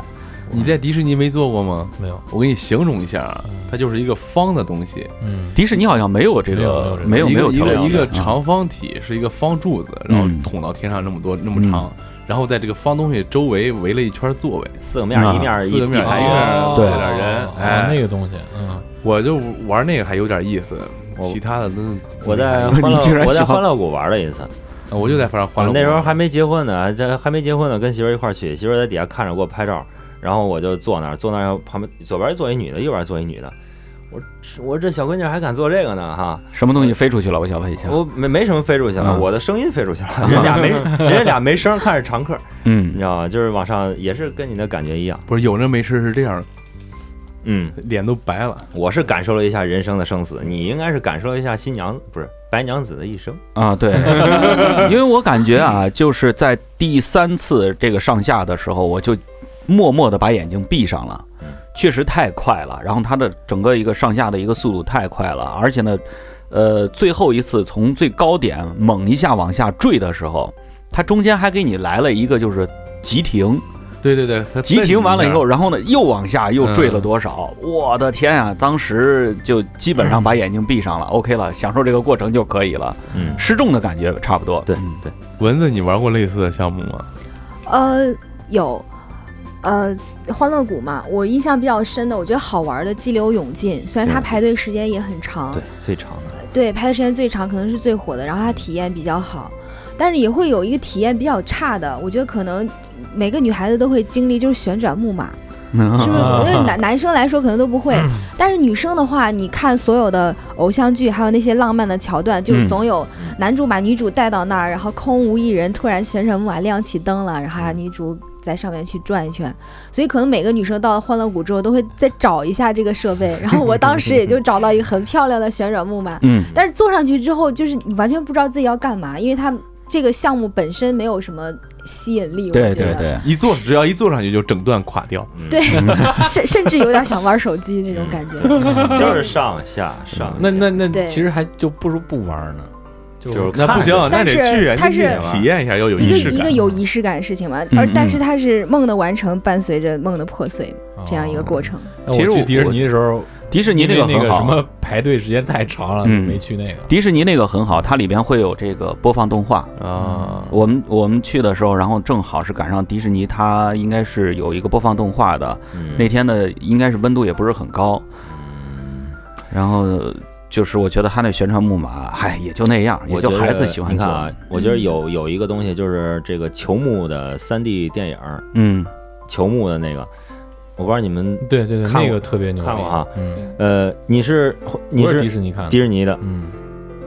S2: 你在迪士尼没坐过吗？
S3: 没有，
S2: 我给你形容一下啊，
S5: 嗯
S2: 它就是一个方的东西，
S3: 嗯，
S5: 迪士尼好像没有这个，
S3: 没
S5: 没有
S2: 一
S5: 没
S2: 个
S5: 有
S2: 一
S5: 跳
S2: 个
S5: 楼
S2: 一个
S5: 机啊
S2: 长方体，是一个方柱子，然后
S5: 嗯
S2: 捅到天上那么多那么长，然后在这个方东西周围围了一圈座位。
S4: 四个面儿
S5: 啊
S4: 一面儿一
S2: 四个面儿哎
S4: 一
S2: 还
S4: 排
S2: 有点
S3: 哦
S5: 对
S3: 哦
S2: 点人
S3: 哦
S2: 哎
S3: 那个东西，嗯，
S2: 我就玩那个还有点意思，
S4: 我
S2: 其他的都
S4: 我在
S5: 你
S4: 欢乐
S5: 竟然
S4: 我在
S5: 喜欢
S4: 欢乐谷玩了一次，
S2: 我就在反正欢乐
S4: 我
S2: 谷
S4: 那时候还没结婚呢，这还没结婚呢，跟媳妇儿一块儿去，媳妇儿在底下看着给我拍照，然后我就坐那儿，坐那儿旁边左边坐一女的，右边坐一女的，我说我说这小闺女还敢做这个呢哈，
S5: 什么东西飞出去了？我想问一下。
S4: 我没没什么飞出去了，
S5: 嗯
S4: 我的声音飞出去了，人俩没人家俩没声儿，看着常客，你
S5: 嗯
S4: 知道吗？就是往上也是跟你的感觉一样，
S2: 不是有那没事是这样的，
S4: 嗯，
S2: 脸都白了。
S4: 我是感受了一下人生的生死，你应该是感受了一下新娘不是白娘子的一生，
S5: 啊，对，因为我感觉啊，就是在第三次这个上下的时候，我就默默的把眼睛闭上了
S4: 嗯，
S5: 确实太快了。然后它的整个一个上下的一个速度太快了，而且呢，呃，最后一次从最高点猛一下往下坠的时候，它中间还给你来了一个就是急停，
S2: 对对对，它
S5: 急
S2: 蹬你
S5: 停完了
S2: 一
S5: 以
S2: 下
S5: 后，，然后呢又往下又坠了多少？我的天啊！当时就基本上把眼睛闭上了、o k 了，享受这个过程就可以了。
S4: 嗯，
S5: 失重的感觉差不多。
S4: 对
S5: 嗯
S4: 对，
S2: 蚊子，你玩过类似的项目吗？
S6: 呃，有，呃，欢乐谷嘛，我印象比较深的，我觉得好玩的激流勇进，虽然它
S4: 嗯
S6: 排队时间也很长，
S4: 对，最长的，
S6: 对，排队时间最长，可能是最火的，然后它体验比较好。但是也会有一个体验比较差的，我觉得可能每个女孩子都会经历，就是旋转木马，
S5: 嗯
S6: 是不是？
S3: 啊
S6: 因为男男生来说可能都不会，但是女生的话，你看所有的偶像剧，还有那些浪漫的桥段，就
S5: 嗯
S6: 总有男主把女主带到那儿，然后空无一人，突然旋转木马亮起灯了，然后让女主在上面去转一圈。所以可能每个女生到了欢乐谷之后，都会再找一下这个设备。然后我当时也就找到一个很漂亮的旋转木马，
S5: 嗯，
S6: 但是坐上去之后，就是你完全不知道自己要干嘛，因为它这个项目本身没有什么吸引力。我
S5: 对
S6: 觉
S5: 对
S6: 得
S5: 对，
S2: 一坐只要一坐上去就整段垮掉。
S4: 嗯
S6: 对，甚甚至有点想玩手机那种感觉。
S4: 就是上下 上下。
S3: 嗯那那那
S6: 对
S3: 其实还就不如不玩儿呢，就
S4: 就是
S2: 那不行，那
S6: 但
S2: 得
S6: 是
S2: 去啊，
S6: 它
S2: 你
S6: 是
S2: 得体验一下，要 有
S6: 一
S2: 仪式
S6: 个一
S2: 感
S6: 个。有仪式感的事情嘛，
S5: 嗯
S6: 而
S5: 嗯
S6: 但是它是梦的完成伴随着梦的破碎
S3: 哦
S6: 这样一个过。程。
S3: 那我
S5: 其实
S3: 去
S5: 我
S3: 迪士尼的时候，
S5: 迪士尼那
S3: 因
S5: 个
S3: 为那
S5: 很好
S3: 什。么排队时间太长了，就
S5: 嗯
S3: 没去那个。
S5: 迪士尼那个很好，它里边会有这个播放动画。
S6: 嗯
S2: 啊，
S5: 我们我们去的时候，然后正好是赶上迪士尼，它应该是有一个播放动画的。
S4: 嗯
S5: 那天的应该是温度也不是很高，然后就是我觉得它那旋转木马，唉，也就那样，也
S4: 我
S5: 就
S4: 觉得
S5: 孩子喜欢
S4: 你看
S5: 坐
S4: 啊。，我觉得有有一个东西就是这个球幕的三 D 电影儿，
S5: 嗯，
S4: 球幕的那个，我不知道你们
S3: 对对对，
S4: 看
S3: 那个
S4: 过
S3: 特别牛逼，
S4: 看过哈
S3: 嗯，
S4: 呃，你是你
S3: 我是迪
S4: 是
S3: 士尼看的
S4: 迪，士尼的，
S3: 嗯，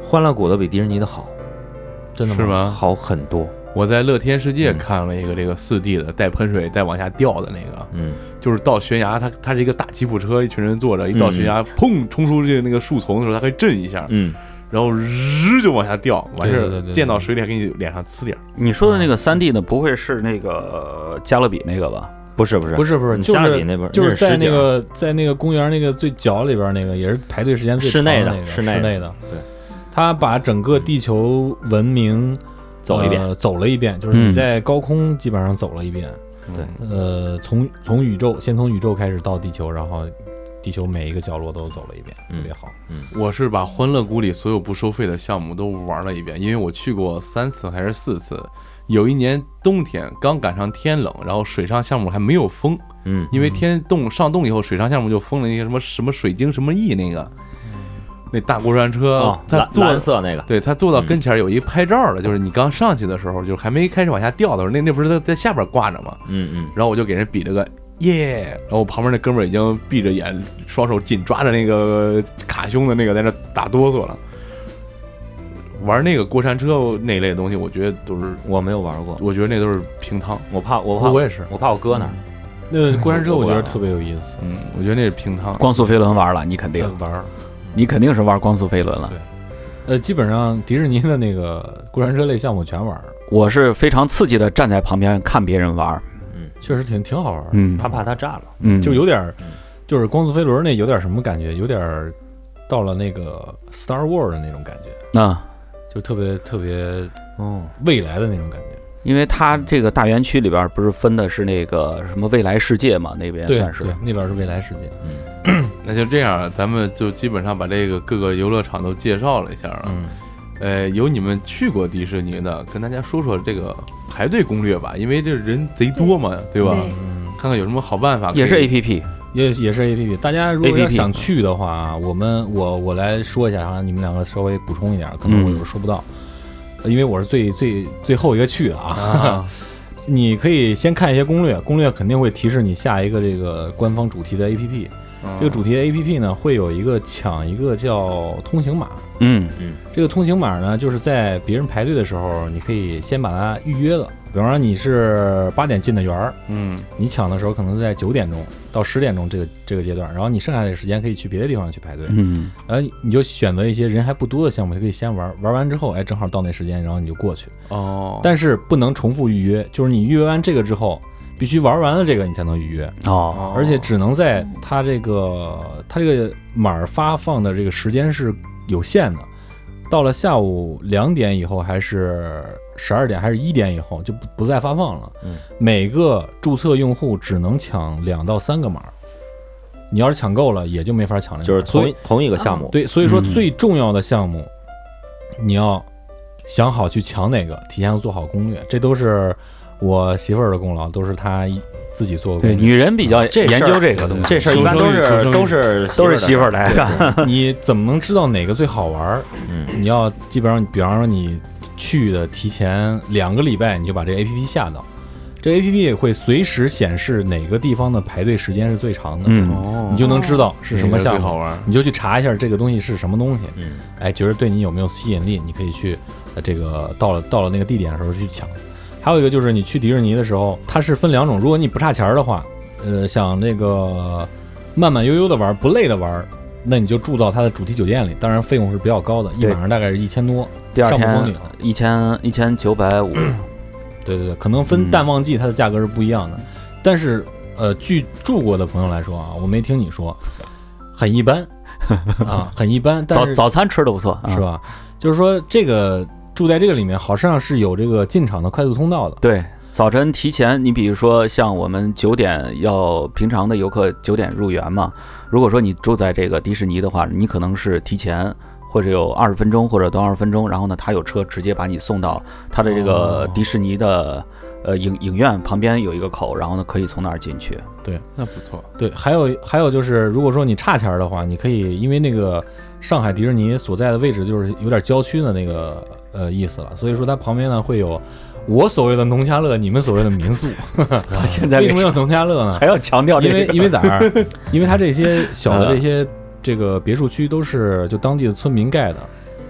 S4: 欢乐谷的比迪士尼的好，
S3: 真的
S2: 是？吗？
S4: 好很多。
S2: 我在乐天世界
S4: 嗯
S2: 看了一个这个四 D 的，带喷水带往下掉的那个，
S4: 嗯，
S2: 就是到悬崖，它它是一个大吉普车，一群人坐着，一到悬崖，砰冲出这个那个树丛的时候，它会震一下，
S4: 嗯，
S2: 然后日就往下掉，完事
S3: 对对对
S2: 儿
S3: 对
S2: 溅到水里还给你脸上呲点儿。
S5: 你说的那个三 D 的不会是那个加勒比那个吧？
S4: 不是不是
S3: 不是不是，
S4: 你
S3: 就
S4: 家里
S3: 是
S4: 那边
S3: 就
S4: 那
S3: 是在
S4: 实景
S3: 那个在那个公园那个最角里边那个，也是排队时间最
S4: 室
S3: 长
S4: 内的
S3: 那个
S4: 室
S3: 室
S4: 内的
S3: 内的，
S4: 对，
S3: 他把整个地球文明
S4: 走一遍，
S3: 呃走了一遍，就是你
S5: 嗯
S3: 在高空基本上走了一遍，
S4: 对
S3: 呃，从从宇宙先从宇宙开始到地球，然后地球每一个角落都走了一遍，
S4: 嗯
S3: 特别好。
S2: 我是把欢乐谷里所有不收费的项目都玩了一遍，因为我去过三次还是四次。有一年冬天刚赶上天冷，然后水上项目还没有封，
S4: 嗯，
S2: 因为天冻上冻以后，水上项目就封了那些什么什么水晶什么翼那个，那大过山车
S4: 哦，
S2: 它
S4: 蓝
S2: 坐
S4: 蓝色那个，
S2: 对他坐到跟前儿有一拍照的，就是你刚上去的时候，就是还没开始往下掉的时候，那那不是在在下边挂着吗？
S4: 嗯嗯，
S2: 然后我就给人比了个耶，然后我旁边那哥们儿已经闭着眼，双手紧抓着那个卡胸的那个在那打哆嗦了。玩那个过山车那类的东西，我觉得都是，
S4: 我没有玩过，
S2: 我觉得那都是平汤。
S4: 我怕我怕
S3: 我我也是，
S4: 我怕我哥那儿，
S3: 那过山车我觉
S4: 我
S3: 得
S4: 嗯不玩
S3: 特别有意思，
S2: 嗯，我觉得那是平汤。
S5: 光速飞轮玩了，你肯定，
S3: 玩儿。
S5: 你肯定是玩光速飞轮了。
S3: 呃，基本上迪士尼的那个过山车类项目全玩儿，
S5: 我是非常刺激的站在旁边看别人玩，
S3: 确实挺挺好玩儿。
S5: 嗯，
S4: 他怕他炸了，
S5: 嗯
S3: 就有点儿
S4: 嗯，
S3: 就是光速飞轮那有点儿什么感觉，有点儿到了那个 Star War 的那种感觉，
S5: 那。
S3: 就特别特别
S4: 哦，
S3: 未来的那种感觉。
S5: 因为它这个大园区里边不是分的是那个什么未来世界嘛，那边
S3: 对
S5: 算是
S3: 对，那边是未来世界。
S2: 那就这样，咱们就基本上把这个各个游乐场都介绍了一下了。
S3: 嗯，
S2: 呃，有你们去过迪士尼的，跟大家说说这个排队攻略吧，因为这人贼多嘛，对吧？
S6: 对
S3: 嗯，
S2: 看看有什么好办法。
S5: 也是
S2: 可
S5: A
S2: 以
S5: P P，
S3: 也也是 A P P。大家如果要
S5: APP
S3: 想去的话，啊我们我我来说一下啊，你们两个稍微补充一点，可能我有时候说不到，呃因为我是最最最后一个去的
S2: 啊，
S3: 你可以先看一些攻略，攻略肯定会提示你下一个这个官方主题的 A P P。这个主题的 A P P 呢，会有一个抢一个叫通行码，
S5: 嗯
S3: 这个通行码呢，就是在别人排队的时候，你可以先把它预约了。比方说你是八点进的园儿，
S2: 嗯
S3: 你抢的时候可能在九点钟到十点钟这个这个阶段，然后你剩下的时间可以去别的地方去排队，
S5: 嗯，
S3: 然后你就选择一些人还不多的项目，可以先玩，玩完之后，哎，正好到那时间，然后你就过去。
S2: 哦，
S3: 但是不能重复预约，就是你预约完这个之后，必须玩完了这个你才能预约，
S2: 嗯
S5: 哦，
S3: 而且只能在它这个它这个码儿发放的这个时间是有限的，到了下午两点以后，还是十二点，还是一点以后就不不再发放了。
S4: 嗯，
S3: 每个注册用户只能抢两到三个码儿，你要是抢够了，也就没法抢这
S4: 就
S3: 个
S4: 是
S3: 码儿。所以
S4: 同一同一个项目，
S3: 对，所以说
S5: 嗯
S3: 最重要的项目，你要想好去抢哪个，提前要做好攻略，这都是我媳妇儿的功劳，都是她一自己做个
S5: 对，
S3: 攻略。
S5: 女人比较
S4: 啊这事儿
S5: 研究这个东西，
S4: 这事儿一般都
S2: 求生
S4: 是
S2: 欲
S4: 都是
S5: 都是媳妇
S4: 儿
S5: 儿来干。
S3: 你怎么能知道哪个最好玩儿？
S4: 的，嗯，
S3: 你要基本上，比方说你去的提前两个礼拜，你就把这 A P P 下到，这 A P P 会随时显示哪个地方的排队时间是最长的，
S5: 嗯，
S2: 哦
S3: 你就能知道是什么项
S2: 最
S3: 目
S2: 好。玩儿？
S3: 你就去查一下这个东西是什么东西，
S4: 嗯，
S3: 哎，觉得对你有没有吸引力，你可以去，呃，这个到了到了那个地点的时候去抢。还有一个就是你去迪士尼的时候，它是分两种，如果你不差钱儿的话，呃，想那个慢慢悠悠的玩，不累的玩，那你就住到它的主题酒店里，当然费用是比较高的，一
S5: 对
S3: 晚上大概是一千多，
S5: 第二
S3: 上不封
S5: 天
S3: 顶。
S5: 一千一千九百五，
S3: 对对对，可能分
S5: 嗯
S3: 淡旺季它的价格是不一样的，但是呃，据住过的朋友来说啊，我没听你说，很 一般啊，很一般，但
S5: 早
S3: 是
S5: 早餐吃的不错，
S3: 是
S5: 嗯？
S3: 吧？啊就是说这个住在这个里面，好像是有这个进场的快速通道的。
S5: 对，早晨提前，你比如说像我们九点要平常的游客九点入园嘛，如果说你住在这个迪士尼的话，你可能是提前。或者有二十分钟，或者到二十分钟，然后呢，他有车直接把你送到他的这个
S3: 哦
S5: 迪士尼的、呃影影院旁边有一个口，然后呢可以从那儿进去。
S2: 那不错，
S3: 对，还有还有就是，如果说你差钱儿的话，你可以因为那个上海迪士尼所在的位置就是有点郊区的那个呃意思了，所以说它旁边呢会有我所谓的农家乐，你们所谓的民 宿。
S5: 他现
S3: 为什么叫农家乐呢？
S5: 还要强调这
S3: 因为
S5: 个，嗯
S3: 因为咋儿？ 因为它这些小的这些这个别墅区都是就当地的村民盖的，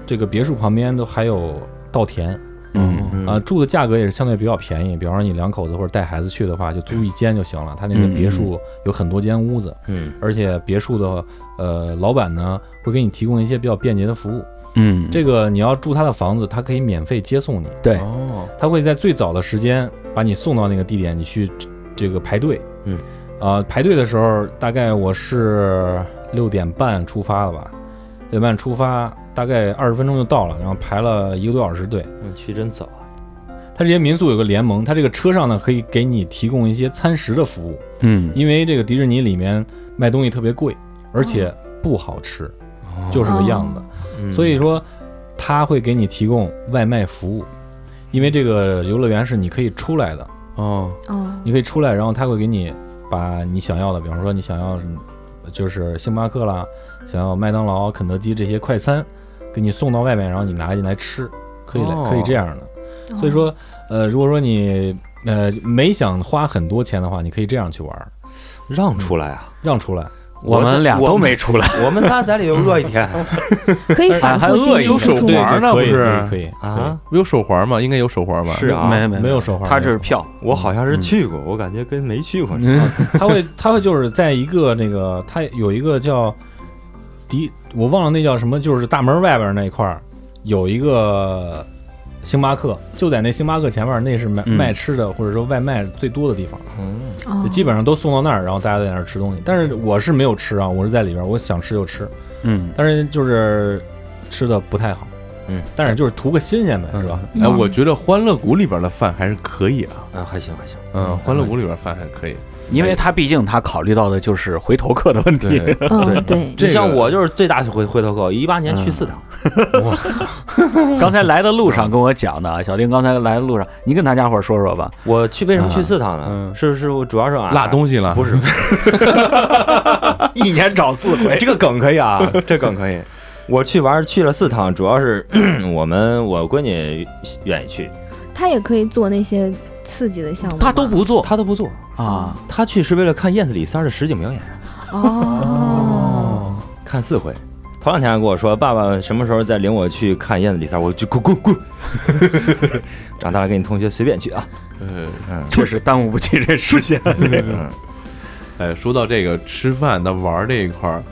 S3: 这个别墅旁边都还有稻田。
S5: 嗯
S4: 嗯
S3: 啊，住的价格也是相对比较便宜。比方说你两口子或者带孩子去的话，就租一间就行了。他那个
S5: 嗯
S3: 别墅有很多间屋子，
S4: 嗯，
S3: 而且别墅的呃老板呢会给你提供一些比较便捷的服务。
S5: 嗯，
S3: 这个你要住他的房子，他可以免费接送你，
S5: 对
S2: 哦，
S3: 他会在最早的时间把你送到那个地点，你去这个排队。
S4: 嗯，
S3: 啊，排队的时候大概我是六点半出发的吧，六点半出发，大概二十分钟就到了，然后排了一个多小时队。
S4: 你去真早啊，
S3: 它这些民宿有个联盟，它这个车上呢可以给你提供一些餐食的服务，
S5: 嗯
S3: 因为这个迪士尼里面卖东西特别贵，而且不好吃，就是个样子。
S4: 嗯
S3: 所以说，它会给你提供外卖服务，因为这个游乐园是你可以出来的，
S2: 哦，
S6: 哦，
S3: 你可以出来，然后它会给你把你想要的，比方说你想要什么，就是星巴克啦，想要麦当劳、肯德基这些快餐，给你送到外面，然后你拿进来吃，可以来，可以这样的。
S6: 哦
S3: 所以说，呃，如果说你呃没想花很多钱的话，你可以这样去玩儿，
S4: 让出来啊，
S3: 让出来。
S5: 嗯我们俩都没出来，嗯
S4: 我们仨在里头饿 一天
S6: 可以反
S5: 还
S6: 复经
S5: 饿
S6: 历
S5: 一
S2: 有手
S6: 住
S2: 环呢，不
S3: 可以
S2: 是？
S3: 可以
S4: 啊，，
S2: 有手环吗？应该有手环吧？
S4: 是啊，
S5: 嗯没没
S3: 没有手环
S5: 他这是票，
S4: 我好
S5: 嗯
S4: 像是去过，我感觉跟没去过似的。
S3: 他会他会就是在一个那个他有一个叫迪，我忘了那叫什么，就是大门外边那一块儿有一个星巴克，就在那星巴克前面，那是卖
S5: 嗯
S3: 卖吃的或者说外卖最多的地方。
S4: 嗯，
S6: 哦
S3: 就基本上都送到那儿，然后大家在那儿吃东西。但是我是没有吃啊，我是在里边儿，我想吃就吃。
S5: 嗯，
S3: 但是就是吃的不太好，
S4: 嗯，
S3: 但是就是图个新鲜呗，是吧？
S2: 哎，我觉得欢乐谷里边的饭还是可以啊，
S4: 啊，还行还行，
S2: 嗯，欢乐谷里边饭还可以。
S5: 因为他毕竟他考虑到的就是回头客的问题，
S2: 对，
S6: 嗯对，
S2: 这
S4: 你
S2: 个
S4: 像我就是最大的回回头客，一八年去
S5: 嗯
S4: 四趟，
S5: 刚才来的路上跟我讲的，啊，小丁刚才来的路上，你跟大家伙儿说说吧。
S4: 我去为什么去四趟
S5: 嗯
S4: 呢？是是，我主要是啊
S2: 辣东西了，
S4: 不是
S5: 一年找四回，
S4: 这个梗可以啊，这梗可以。我去玩儿去了四趟，主要是 我们我闺女愿意去，
S6: 他也可以做那些刺激的项目吗，
S5: 他都不做
S4: 她都不做，
S5: 啊，
S4: 她去是为了看燕子李三儿的实景表演，
S6: 哦，
S4: 看四回。头两天还跟我说，爸爸什么时候再领我去看燕子李三儿，我就滚滚滚。 长大了跟你同学随便去啊，
S2: 呃，
S4: 嗯，
S5: 确实耽误不起这时间。
S4: 嗯
S2: 哎，说到这个吃饭那玩儿这一块儿，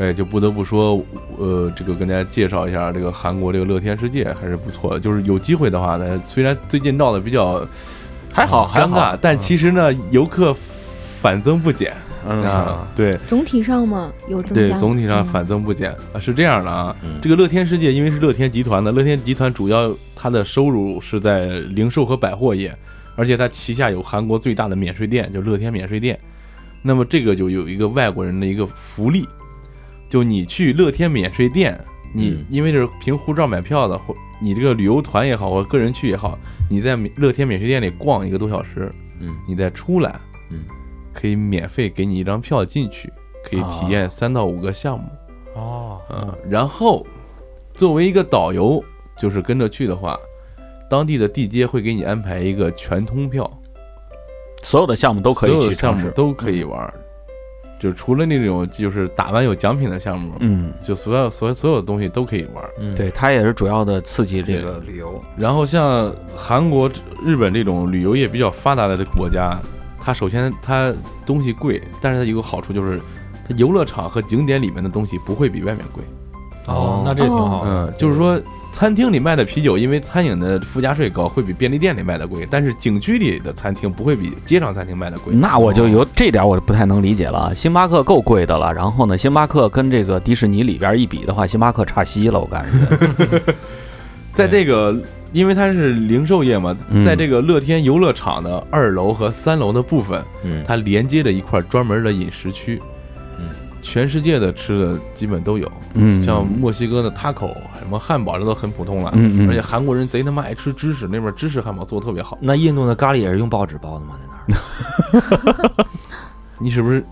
S2: 哎，就不得不说，呃，这个跟大家介绍一下，这个韩国这个乐天世界还是不错的。就是有机会的话呢，虽然最近闹得比较
S5: 还好还
S2: 尴
S5: 好，
S2: 尬，但其实呢，游客反增不减啊
S5: 嗯，，
S2: 对。
S6: 总体上嘛有增
S2: 对
S6: 加，，
S2: 总体上
S6: 嗯
S2: 反增不减啊，是这样的啊。
S4: 嗯
S2: 这个乐天世界因为是乐天集团的，乐天集团主要它的收入是在零售和百货业，而且它旗下有韩国最大的免税店，就乐天免税店。那么这个就有一个外国人的一个福利，就你去乐天免税店，你、
S4: 嗯
S2: 因为这是凭护照买票的，或你这个旅游团也好，或个人去也好，你在免乐天免税店里逛一个多小时，
S4: 嗯，
S2: 你再出来，
S5: 嗯，
S2: 可以免费给你一张票进去，可
S5: 啊
S2: 以体验三到五个项目，
S3: 哦，
S2: 嗯，然后作为一个导游，就是跟着去的话，当地的地接会给你安排一个全通票，
S5: 所有的项目都可以
S2: 所有
S5: 去
S2: 的项
S5: 尝
S2: 目
S5: 试。嗯
S2: 都可以玩儿，就除了那种就是打完有奖品的项目，
S5: 嗯，
S2: 就所有所有所有的东西都可以玩儿。
S4: 嗯，
S5: 对，它也是主要的刺激这个旅游。
S2: 然后像韩国、日本这种旅游业比较发达的国家，它首先它东西贵，但是它有个好处就是，它游乐场和景点里面的东西不会比外面贵。
S3: 哦，那这个挺好的。
S2: 嗯，就是说餐厅里卖的啤酒，因为餐饮的附加税高，会比便利店里卖的贵，但是景区里的餐厅不会比街上餐厅卖的贵。哦
S5: 那我就有这点我不太能理解了。啊星巴克够贵的了，然后呢，星巴克跟这个迪士尼里边一比的话，星巴克差稀了，我感觉。
S2: 在这个，因为它是零售业嘛
S5: 嗯，
S2: 在这个乐天游乐场的二楼和三楼的部分，
S4: 嗯，
S2: 它连接着一块专门的饮食区，
S4: 嗯，
S2: 全世界的吃的基本都有，
S5: 嗯，
S2: 像墨西哥的 taco，什么汉堡这都很普通了，
S5: 嗯嗯
S2: 而且韩国人贼他妈爱吃芝士，那边芝士汉堡做的特别好。
S4: 那印度的咖喱也是用报纸包的吗？在那儿？
S2: 你是不是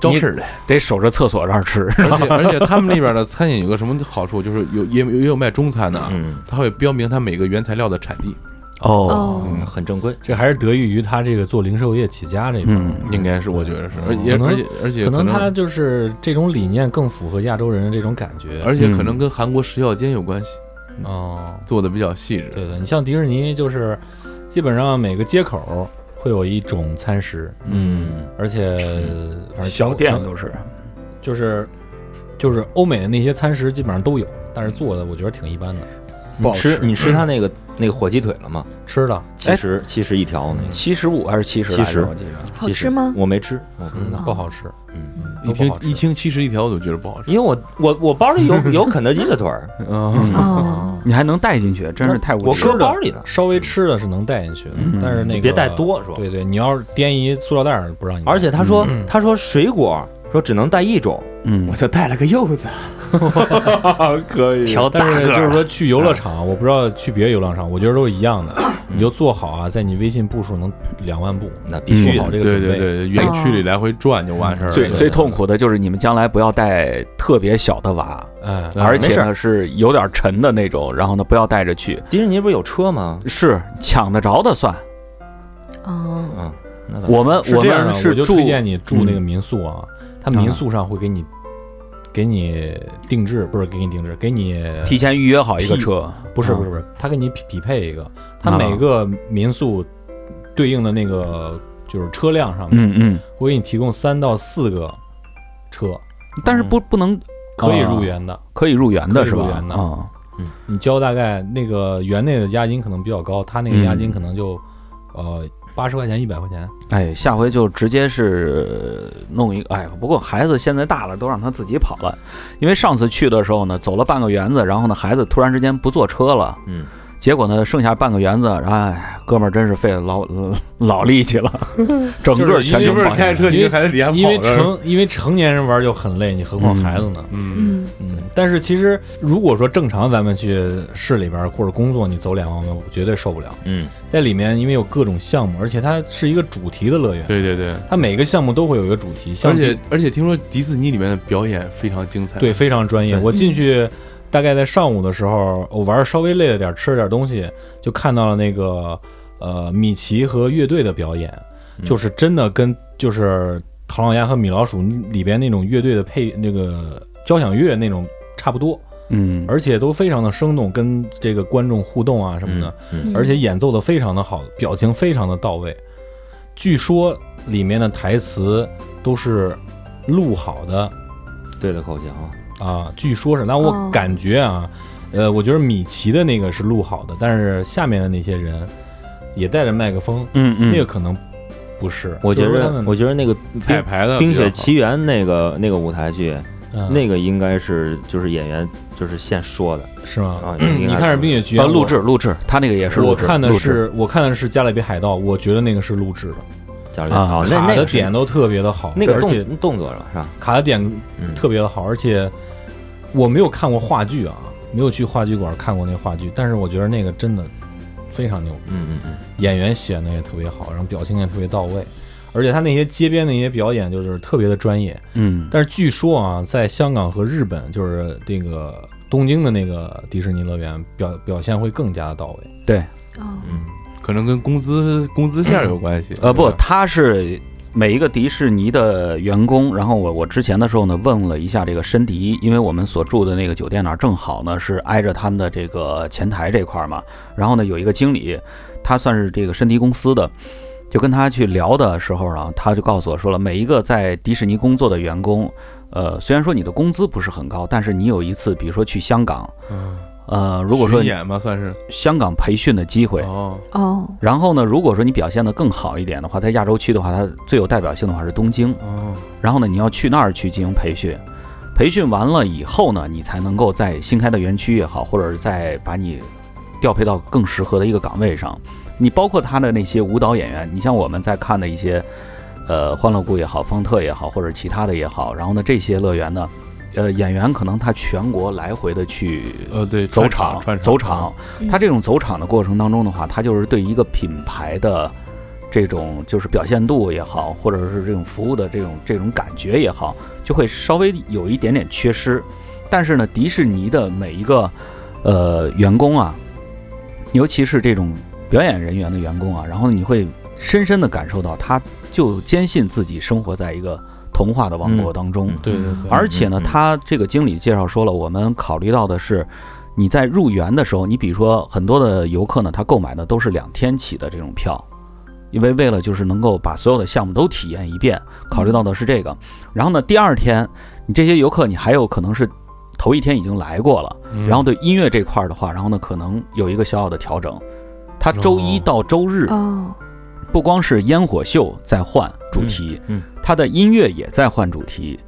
S2: 招事儿了？
S5: 嗯得守着厕所这儿吃。
S2: 而且而且他们那边的餐饮有个什么好处，就是有也也有卖中餐的，啊
S4: 嗯，
S2: 它会标明它每个原材料的产地，
S5: 哦，
S6: 哦，
S2: 嗯
S4: 很正规。
S3: 这还是得益于他这个做零售业起家这一方面
S5: 嗯，
S2: 应该是我觉得是，
S3: 嗯
S2: 而且
S3: 可能
S2: 而且而且
S3: 可能他
S2: 它
S3: 就是这种理念更符合亚洲人的这种感觉。
S2: 而且可能跟韩国食药监有关系，
S3: 哦，
S2: 做的比较细致。
S3: 对的，你像迪士尼就是基本上每个街口会有一种餐食，
S4: 嗯，
S3: 而且反正
S5: 都是，
S3: 就是就是欧美的那些餐食基本上都有，但是做的我觉得挺一般的。
S5: 不好
S4: 吃你吃他那个那个火鸡腿了吗？
S3: 吃的
S4: 七十七十一条那个，
S5: 七十五还是七十？
S4: 70
S5: 我记得。
S6: 好
S4: 70
S6: 吃吗？
S4: 我没吃，我不知道。
S3: 不好吃，
S4: 嗯，
S3: 嗯
S2: 一
S3: 都不
S2: 听
S3: 好吃
S2: 一听七十一条，我就觉得不好吃
S4: 因为我我我包里有有肯德基的腿 儿，
S2: 啊。
S6: 哦，
S5: 你还能带进去，真是太无
S4: 我
S5: 耻了。
S4: 搁包里呢，
S3: 稍微吃的是能带进去的
S5: 嗯，
S3: 但是那个
S4: 你别带。多是吧？
S3: 对对，你要是掂一塑料袋儿不让你带，
S4: 而且他说
S3: 嗯
S4: 他说水果说只能带一种，
S5: 嗯
S4: 我，就带了个柚子，
S2: 可以，
S4: 调大
S3: 但是
S4: 个
S3: 就是
S4: 儿。
S3: 说去游乐场，我不知道去别的游乐场，我觉得都是一样的。你就做好啊，在你微信步数能两万步，
S4: 那必须
S3: 做好
S4: 的，
S3: 这
S2: 对
S3: 个准
S2: 对
S3: 备。哦
S2: 对，对园区里来回转就完事儿了。
S5: 最
S3: 对
S5: 最痛苦的就是你们将来不要带特别小的娃，
S3: 哎，
S2: 嗯
S5: 而且
S4: 没事
S5: 呢是有点沉的那种，然后呢不要带着去，
S4: 迪士尼不是有车吗？
S5: 是抢得着的算。
S6: 哦，
S4: 嗯，那倒是
S5: 我们
S3: 是这样
S5: 们
S3: 的，
S5: 是
S3: 我就
S5: 住
S3: 推荐你住那个民宿啊，它民宿上会给你给你定制，不是给你定制，给你
S5: 提前预约好一个车，
S3: 不是
S5: 啊
S3: 不是不是，它给你匹匹配一个，它
S5: 啊
S3: 每个民宿对应的那个就是车辆上面
S5: 嗯嗯，
S3: 会给你提供三到四个车
S5: 但是不不能
S3: 可以入
S5: 啊
S3: 园的，
S5: 可以入园的是吧
S3: 可以入园？的
S5: 啊，
S3: 你交大概那个园内的押金可能比较高，它那个押金可能就
S2: 嗯
S3: 呃八十块钱一百块钱，
S5: 哎，下回就直接是呃弄一个。哎，不过孩子现在大了，都让他自己跑了。因为上次去的时候呢，走了半个园子，然后呢，孩子突然之间不坐车了。
S4: 嗯。
S5: 结果呢，剩下半个园子，哎，哥们儿真是费了老 老力气了，整
S3: 就
S5: 个
S3: 是
S5: 全
S2: 媳
S5: 程
S2: 妇儿
S5: 跑下
S2: 开
S5: 来
S2: 车，你还得底下跑
S3: 因为
S2: 着
S3: 成因为成年人玩就很累，你何况
S5: 嗯
S3: 孩子呢？
S2: 嗯，
S6: 嗯，
S3: 嗯，但是其实如果说正常咱们去市里边儿或者工作，你走两万步绝对受不了。
S4: 嗯
S3: 在里面因为有各种项目，而且它是一个主题的乐园，
S2: 对对对，
S3: 它每个项目都会有一个主题，像
S2: 而且
S3: 迪
S2: 而且听说迪士尼里面的表演非常精彩，
S3: 对非常专业。
S2: 对
S3: 我进去大概在上午的时候，我玩儿稍微累了点儿，吃了点儿东西，就看到了那个呃米奇和乐队的表演，就是真的跟就是《唐老鸭和米老鼠》里边那种乐队的配那个交响乐那种差不多。
S5: 嗯，
S3: 而且都非常的生动，跟这个观众互动啊什么的，
S4: 嗯
S3: 而且演奏的非常的好，表情非常的到位。据说里面的台词都是录好的
S4: 对的口型啊，
S3: 啊，据说是。那我
S6: 哦
S3: 感觉啊，呃，我觉得米奇的那个是录好的，但是下面的那些人也带着麦克风，
S5: 嗯嗯，
S3: 那个可能不是。
S4: 我觉
S3: 就是说他
S4: 得
S3: 们
S4: 我觉得那个
S2: 彩排的
S4: 《
S2: 比
S4: 冰
S2: 较好
S4: 雪奇缘》那个那个舞台剧，
S3: 嗯
S4: 那个应该是就是演员就是现说的
S3: 是吗？
S4: 啊。
S3: 你看是《冰雪奇缘
S5: 呃》录
S3: 我
S5: 制录制，他那个也是
S3: 我
S5: 录制，
S3: 看的
S5: 录制
S3: 是我看的是《加勒比海盗》，我觉得那个是录制的。
S4: 贾
S5: 啊
S4: 啊，那
S3: 卡
S4: 那
S3: 的
S4: 个是
S3: 点都特别的好，
S4: 那个
S3: 而且
S4: 动动作了是吧？
S3: 卡的点
S4: 嗯
S3: 特别的好，而且我没有看过话剧啊，没有去话剧馆看过那话剧，但是我觉得那个真的非常牛逼，
S4: 嗯嗯嗯，
S3: 演员写的也特别好，然后表情也特别到位，而且他那些街边那些表演就是特别的专业。
S5: 嗯，
S3: 但是据说啊，在香港和日本，就是这个东京的那个迪士尼乐园表表现会更加的到位。
S6: 哦，
S2: 嗯可能跟工资工资线儿有关系。
S5: 呃，不，
S2: 对吧
S5: 他是每一个迪士尼的员工。然后我我之前的时候呢，问了一下这个申迪，因为我们所住的那个酒店呢，正好呢是挨着他们的这个前台这块儿嘛。然后呢，有一个经理，他算是这个申迪公司的。就跟他去聊的时候呢，他就告诉我说了，每一个在迪士尼工作的员工，呃，虽然说你的工资不是很高，但是你有一次，比如说去香港，
S2: 嗯
S5: 呃，如果说
S2: 巡演嘛算是
S5: 香港培训的机会，
S2: 哦，
S6: 哦，
S5: 然后呢，如果说你表现得更好一点的话，在亚洲区的话，它最有代表性的话是东京。
S2: 哦，
S5: 然后呢，你要去那儿去进行培训，培训完了以后呢，你才能够在新开的园区也好，或者是再把你调配到更适合的一个岗位上。你包括他的那些舞蹈演员，你像我们在看的一些，呃，欢乐谷也好，方特也好，或者其他的也好，然后呢，这些乐园呢，呃，演员可能他全国来回的去
S2: 呃对，
S5: 走
S2: 串场串
S5: 走场，
S6: 嗯
S5: 他这种走场的过程当中的话，他就是对一个品牌的这种就是表现度也好，或者是这种服务的这种这种感觉也好，就会稍微有一点点缺失。但是呢，迪士尼的每一个呃员工啊，尤其是这种表演人员的员工啊，然后你会深深的感受到，他就坚信自己生活在一个童话的王国当中。
S4: 嗯
S3: 对对对
S5: 而且呢，
S4: 嗯嗯
S5: 他这个经理介绍说了，我们考虑到的是，你在入园的时候，你比如说很多的游客呢，他购买的都是两天起的这种票，因为为了就是能够把所有的项目都体验一遍，考虑到的是这个。然后呢，第二天你这些游客，你还有可能是头一天已经来过了，
S2: 嗯
S5: 然后对音乐这块儿的话，然后呢可能有一个小小的调整。他周一
S2: 哦
S5: 到周日
S6: 哦，
S5: 不光是烟火秀在换主题，
S4: 嗯嗯
S5: 它的音乐也在换主题。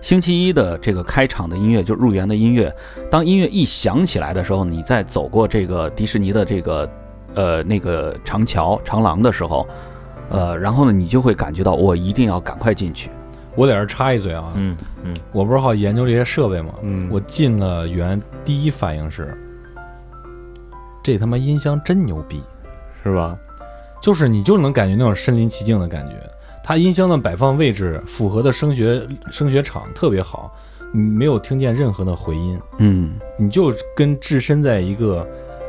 S5: 星期一的这个开场的音乐，就入园的音乐，当音乐一响起来的时候，你在走过这个迪士尼的这个呃那个长桥长廊的时候，呃，然后呢，你就会感觉到我一定要赶快进去。
S3: 我在这儿插一嘴啊，
S4: 嗯嗯，
S3: 我不是好研究这些设备吗？
S2: 嗯
S3: 我进了园，第一反应是，这他妈音箱真牛逼，
S2: 是吧？
S3: 就是你就能感觉那种身临其境的感觉。它音箱的摆放位置符合的声学声学场特别好，你没有听见任何的回音，
S5: 嗯，
S3: 你就跟置身在一个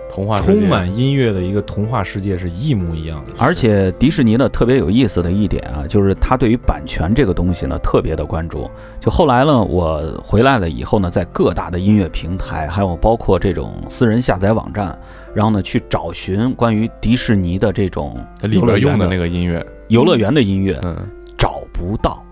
S2: 童话世界
S3: 充满音乐的一个童话世界是一模一样的。
S5: 而且迪士尼呢特别有意思的一点啊，就是它对于版权这个东西呢特别的关注。就后来呢，我回来了以后呢，在各大的音乐平台，还有包括这种私人下载网站，然后呢去找寻关于迪士尼的这种
S2: 它里边用的那
S5: 个
S2: 个音乐，
S5: 游乐园的音乐
S2: 嗯，
S5: 找不到，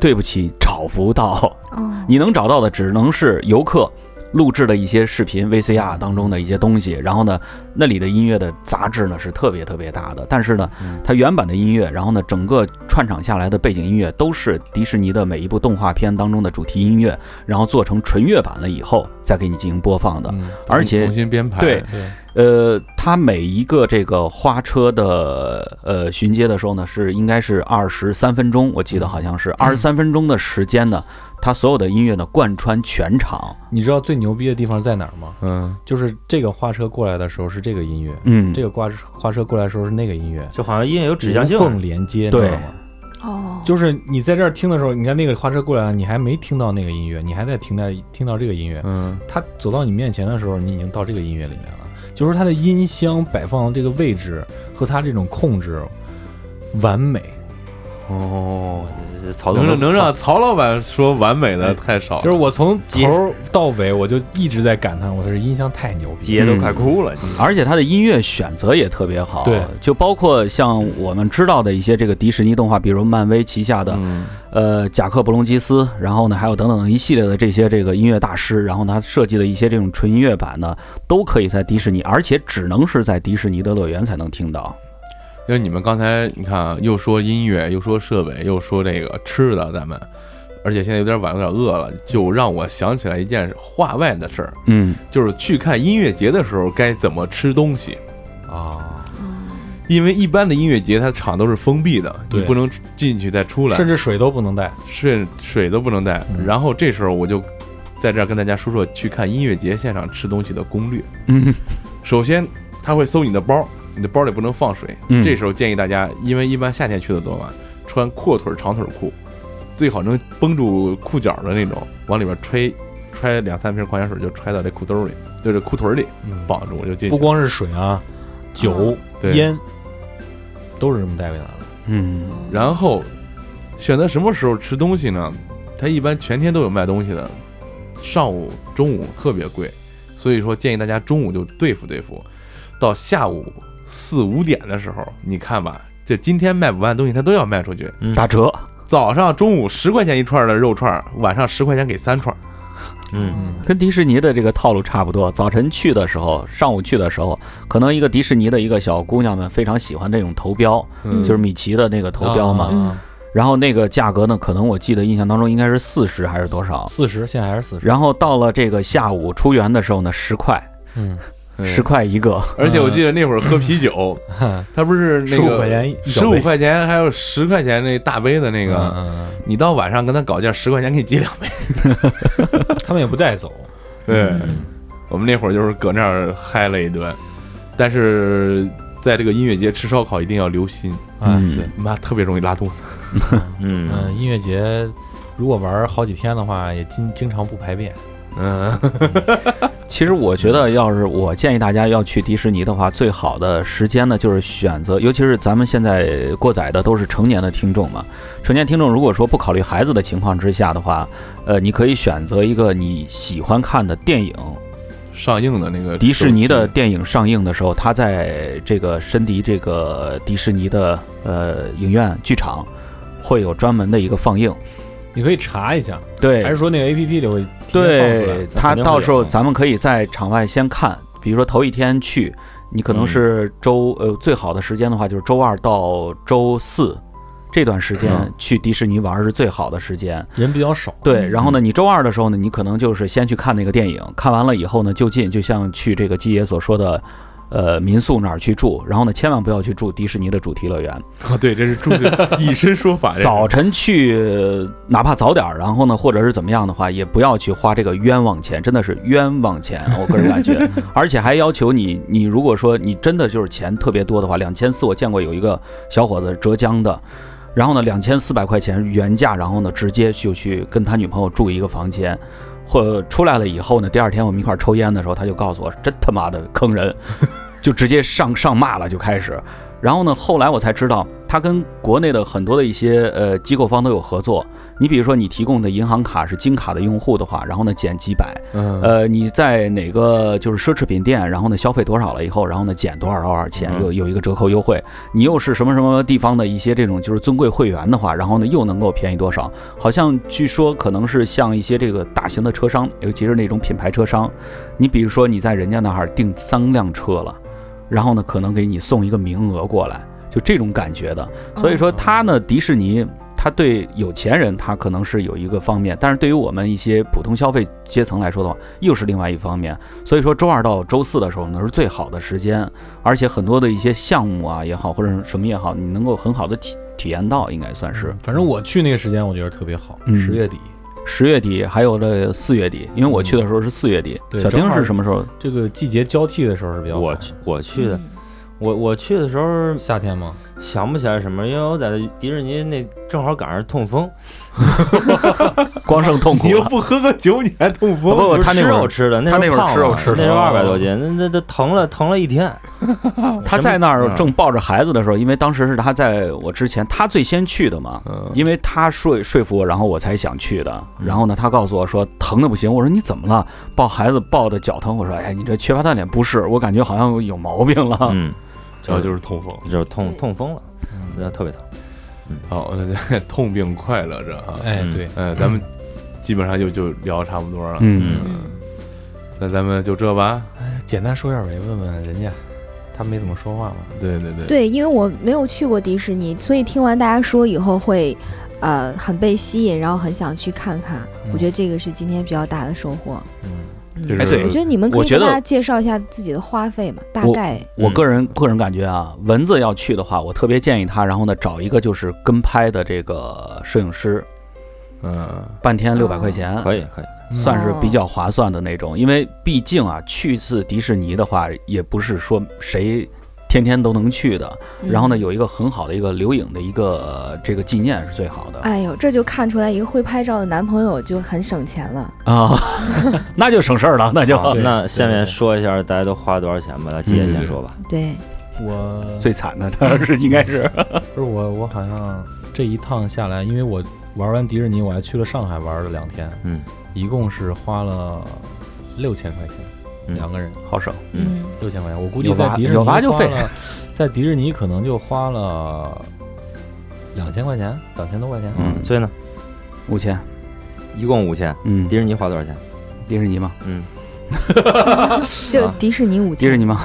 S5: 对不起，找不到。
S6: 哦，
S5: 你能找到的只能是游客录制的一些视频 VCR 当中的一些东西，然后呢，那里的音乐的杂质呢是特别特别大的，但是呢
S2: 嗯，
S5: 它原版的音乐，然后呢，整个串场下来的背景音乐都是迪士尼的每一部动画片当中的主题音乐，然后做成纯乐版了以后再给你进行播放的。
S3: 嗯，
S5: 而且
S2: 重新编排，
S5: 对
S3: 对，
S5: 呃，它每一个这个花车的呃巡街的时候呢，是应该是二十三分钟，我记得好像是二十三分钟的时间呢，它所有的音乐呢贯穿全场。
S3: 你知道最牛逼的地方在哪儿吗？
S2: 嗯，
S3: 就是这个花车过来的时候是这个音乐，
S5: 嗯，
S3: 这个挂花车过来的时候是那个音乐，
S4: 就好像音乐有指向
S3: 无
S4: 性，啊
S3: 缝连接，你知
S5: 对
S3: 道吗？
S6: 哦，
S3: 就是你在这儿听的时候，你看那个花车过来了，你还没听到那个音乐，你还在听在听到这个音乐。
S2: 嗯
S3: 他走到你面前的时候，你已经到这个音乐里面了。就是它的音箱摆放的这个位置和它这种控制完美，
S2: 哦，
S4: 呃曹总
S2: 能能
S4: 曹
S2: 让曹老板说完美的太少了，
S3: 就是我从头到尾我就一直在感叹，我说这音箱太牛逼了。
S4: 姐都快哭了，
S5: 而且它的音乐选择也特别好，
S3: 对，
S5: 就包括像我们知道的一些这个迪士尼动画，比如漫威旗下的、
S2: 嗯
S5: 呃贾克·布隆基斯，然后呢还有等等一系列的这些这个音乐大师，然后呢他设计的一些这种纯音乐版呢，都可以在迪士尼，而且只能是在迪士尼的乐园才能听到。
S2: 因为你们刚才你看啊，又说音乐，又说设备，又说这个吃的，咱们，而且现在有点晚，有点饿了，就让我想起来一件话外的事儿，
S5: 嗯，
S2: 就是去看音乐节的时候该怎么吃东西。
S3: 啊，
S2: 因为一般的音乐节，它场都是封闭的，你
S3: 对
S2: 不能进去再出来，
S3: 甚至水都不能带。
S2: 水水都不能带。
S3: 嗯
S2: 然后这时候我就在这儿跟大家说说去看音乐节现场吃东西的攻略。
S5: 嗯，
S2: 首先他会搜你的包，你的包里不能放水。
S5: 嗯
S2: 这时候建议大家，因为一般夏天去的多嘛，穿阔腿长腿裤，最好能绷住裤脚的那种，往里边揣揣两三瓶矿泉水，就揣到这裤兜里，就是裤腿里
S3: 嗯
S2: 绑住，我就进
S3: 不
S2: 去。
S3: 光是水啊，酒、
S2: 嗯对
S3: 烟都是这么带回来的。
S5: 嗯，
S2: 然后选择什么时候吃东西呢？它一般全天都有卖东西的，上午、中午特别贵，所以说建议大家中午就对付对付，到下午四五点的时候，你看吧，这今天卖不完的东西，它都要卖出去。
S5: 打折，
S2: 早上、中午十块钱一串的肉串，晚上十块钱给三串。
S4: 嗯，
S3: 嗯，
S5: 跟迪士尼的这个套路差不多。早晨去的时候，上午去的时候，可能一个迪士尼的一个小姑娘们非常喜欢这种头标，
S6: 嗯
S5: 就是米奇的那个头标
S4: 啊
S5: 嘛。
S6: 嗯
S5: 然后那个价格呢，可能我记得印象当中应该是四十还是多少。
S3: 四十，现在还是四十。
S5: 然后到了这个下午出园的时候呢，十块，
S3: 嗯，
S2: 嗯
S5: 十块一个，
S2: 而且我记得那会儿喝啤酒，它不是那
S3: 15
S2: 个
S3: 块钱一小
S2: 十五
S3: 杯
S2: 块钱还有十块钱那大杯的那个，
S3: 嗯嗯
S2: 你到晚上跟他搞价，十块钱给你结两杯。
S3: 嗯他们也不带走。
S2: 对，我们那会儿就是搁那儿嗨了一顿，但是在这个音乐节吃烧烤一定要留心，
S3: 哎，
S5: 嗯
S3: 对，
S2: 妈特别容易拉肚子。
S4: 嗯，
S3: 嗯，音乐节如果玩好几天的话，也经经常不排便。
S2: 嗯，
S5: 其实我觉得，要是我建议大家要去迪士尼的话，最好的时间呢，就是选择，尤其是咱们现在过载的都是成年的听众嘛。成年听众如果说不考虑孩子的情况之下的话，呃，你可以选择一个你喜欢看的电影。
S2: 上映的那个
S5: 迪士尼的
S2: 周期
S5: 电影上映的时候，它在这个申迪这个迪士尼的呃影院剧场会有专门的一个放映。
S3: 你可以查一下，
S5: 对，
S3: 还是说那个 A P P 里会提前放出来
S5: 对
S3: 那
S5: 他
S3: 肯定会
S5: 到时候
S3: 有嗯
S5: 咱们可以在场外先看，比如说头一天去，你可
S3: 嗯
S5: 能是周、呃最好的时间的话就是周二到周四这段时间
S2: 嗯
S5: 去迪士尼玩是最好的时间。
S3: 人比较少，
S5: 对，然后呢，你周二的时候呢，你可能就是先去看那个电影，看完了以后呢，就近就像去这个基爷所说的。呃，民宿那儿去住，然后呢，千万不要去住迪士尼的主题乐园。
S2: 哦，对，这是 注意以身说法。这是
S5: 早晨去，呃哪怕早点儿，然后呢，或者是怎么样的话，也不要去花这个冤枉钱，真的是冤枉钱，我个人感觉，而且还要求你，你如果说你真的就是钱特别多的话，两千四我见过有一个小伙子浙江的，然后呢，两千四百块钱原价，然后呢，直接就去跟他女朋友住一个房间。或出来了以后呢，第二天我们一块儿抽烟的时候，他就告诉我，真他妈的坑人，就直接上上骂了，就开始。然后呢，后来我才知道，他跟国内的很多的一些呃机构方都有合作。你比如说，你提供的银行卡是金卡的用户的话，然后呢减几百，
S2: 嗯
S5: 呃，你在哪个就是奢侈品店，然后呢消费多少了以后，然后呢减多少多少钱，
S2: 嗯
S5: 有有一个折扣优惠。你又是什么什么地方的一些这种就是尊贵会员的话，然后呢又能够便宜多少？好像据说可能是像一些这个大型的车商，尤其是那种品牌车商，你比如说你在人家那儿订三辆车了，然后呢可能给你送一个名额过来，就这种感觉的。所以说
S3: 哦
S5: 他呢，迪士尼。他对有钱人，他可能是有一个方面，但是对于我们一些普通消费阶层来说的话，又是另外一方面。所以说，周二到周四的时候呢是最好的时间，而且很多的一些项目啊也好，或者什么也好，你能够很好的体体验到，应该算是
S3: 嗯反正我去那个时间，我觉得特别好，
S5: 嗯
S3: 十月底，
S5: 十月底，还有这四月底，因为我去的时候是四月底。
S3: 嗯对
S5: 小
S3: 正
S5: 丁
S3: 好
S5: 是什么时候？
S3: 这个季节交替的时候是比较好
S4: 我去我
S6: 嗯
S4: 去的，我我去的时候
S3: 夏天嘛，
S4: 想不起来什么，因为我在迪士尼那正好赶上痛风，
S5: 光剩痛苦
S2: 你又
S5: 了。
S2: 不喝个酒，你还痛
S5: 不
S2: 风？
S5: 不，
S4: 是
S5: 他那
S4: 吃
S5: 会
S4: 肉
S5: 儿
S4: 吃的，
S5: 他那
S4: 时
S5: 会
S4: 候
S5: 儿
S4: 胖
S5: 吃肉
S4: 了
S5: 吃的
S4: 那时候
S5: 哦
S4: 二百多斤，那那那疼了疼了一天。
S5: 他在那
S2: 嗯
S5: 儿正抱着孩子的时候，因为当时是他在我之前，他最先去的嘛。
S2: 嗯
S5: 因为他说说服我，然后我才想去的。然后呢，他告诉我说疼的不行，我说你怎么了？抱孩子抱的脚疼，我说哎，你这缺乏锻炼不是？我感觉好像有毛病了。
S4: 嗯，
S2: 主要哦就是痛风。
S4: 就是痛痛风了，那特别疼。
S2: 好， 大家痛并快乐着啊。
S3: 哎
S4: 嗯
S3: 对，
S2: 呃，咱们基本上就就聊差不多了。
S5: 嗯，
S2: 那咱们就这吧。
S3: 简单说一下呗，问问人家，他没怎么说话嘛，
S2: 对对对，
S6: 对，因为我没有去过迪士尼，所以听完大家说以后会，呃，很被吸引，然后很想去看看。我觉得这个是今天比较大的收获。
S3: 嗯，
S6: 嗯
S2: 就
S5: 哎对
S6: 我觉
S2: 是
S6: 得你们可
S5: 我
S6: 以
S5: 觉
S6: 跟
S5: 得
S6: 大家介绍一下自己的花费嘛，大概
S5: 我
S2: 嗯
S5: 个人个人感觉啊，蚊子要去的话，我特别建议他，然后呢找一个就是跟拍的这个摄影师，
S2: 嗯。
S5: 半天六百块钱，
S4: 可以可以，
S5: 算是比
S6: 哦
S5: 较划算的那种。因为毕竟啊，去一次迪士尼的话，也不是说谁。天天都能去的。
S6: 嗯
S5: 然后呢，有一个很好的一个留影的一个、呃这个纪念是最好的
S6: 哎呦，这就看出来一个会拍照的男朋友就很省钱了。
S5: 啊， 那就省事儿了，那就、
S4: 好那下
S3: 对
S4: 面说一下大家都花多少钱吧，来季姐
S2: 嗯
S4: 先说吧。
S6: 对，
S3: 我
S5: 最惨的当然是应该是
S3: 不是我，我好像这一趟下来，因为我玩完迪士尼，我还去了上海玩了两天，
S4: 嗯，
S3: 一共是花了六千块钱，
S4: 嗯
S3: 两个人
S5: 好省，
S4: 嗯
S6: 嗯，
S3: 六千块钱，我估计
S5: 有
S3: 在
S5: 娃
S3: 迪士尼
S5: 有娃就
S3: 花了
S5: 废，
S3: 在迪士尼可能就花了两千块钱，两千多块钱，
S5: 嗯
S4: 所以呢，
S5: 五千，
S4: 一共五千，
S5: 嗯，
S4: 迪士尼花多少钱？
S5: 迪士尼吗？
S4: 嗯，
S6: 就
S4: 啊
S6: 迪士尼五
S5: 迪士
S6: 千，
S5: 尼吗？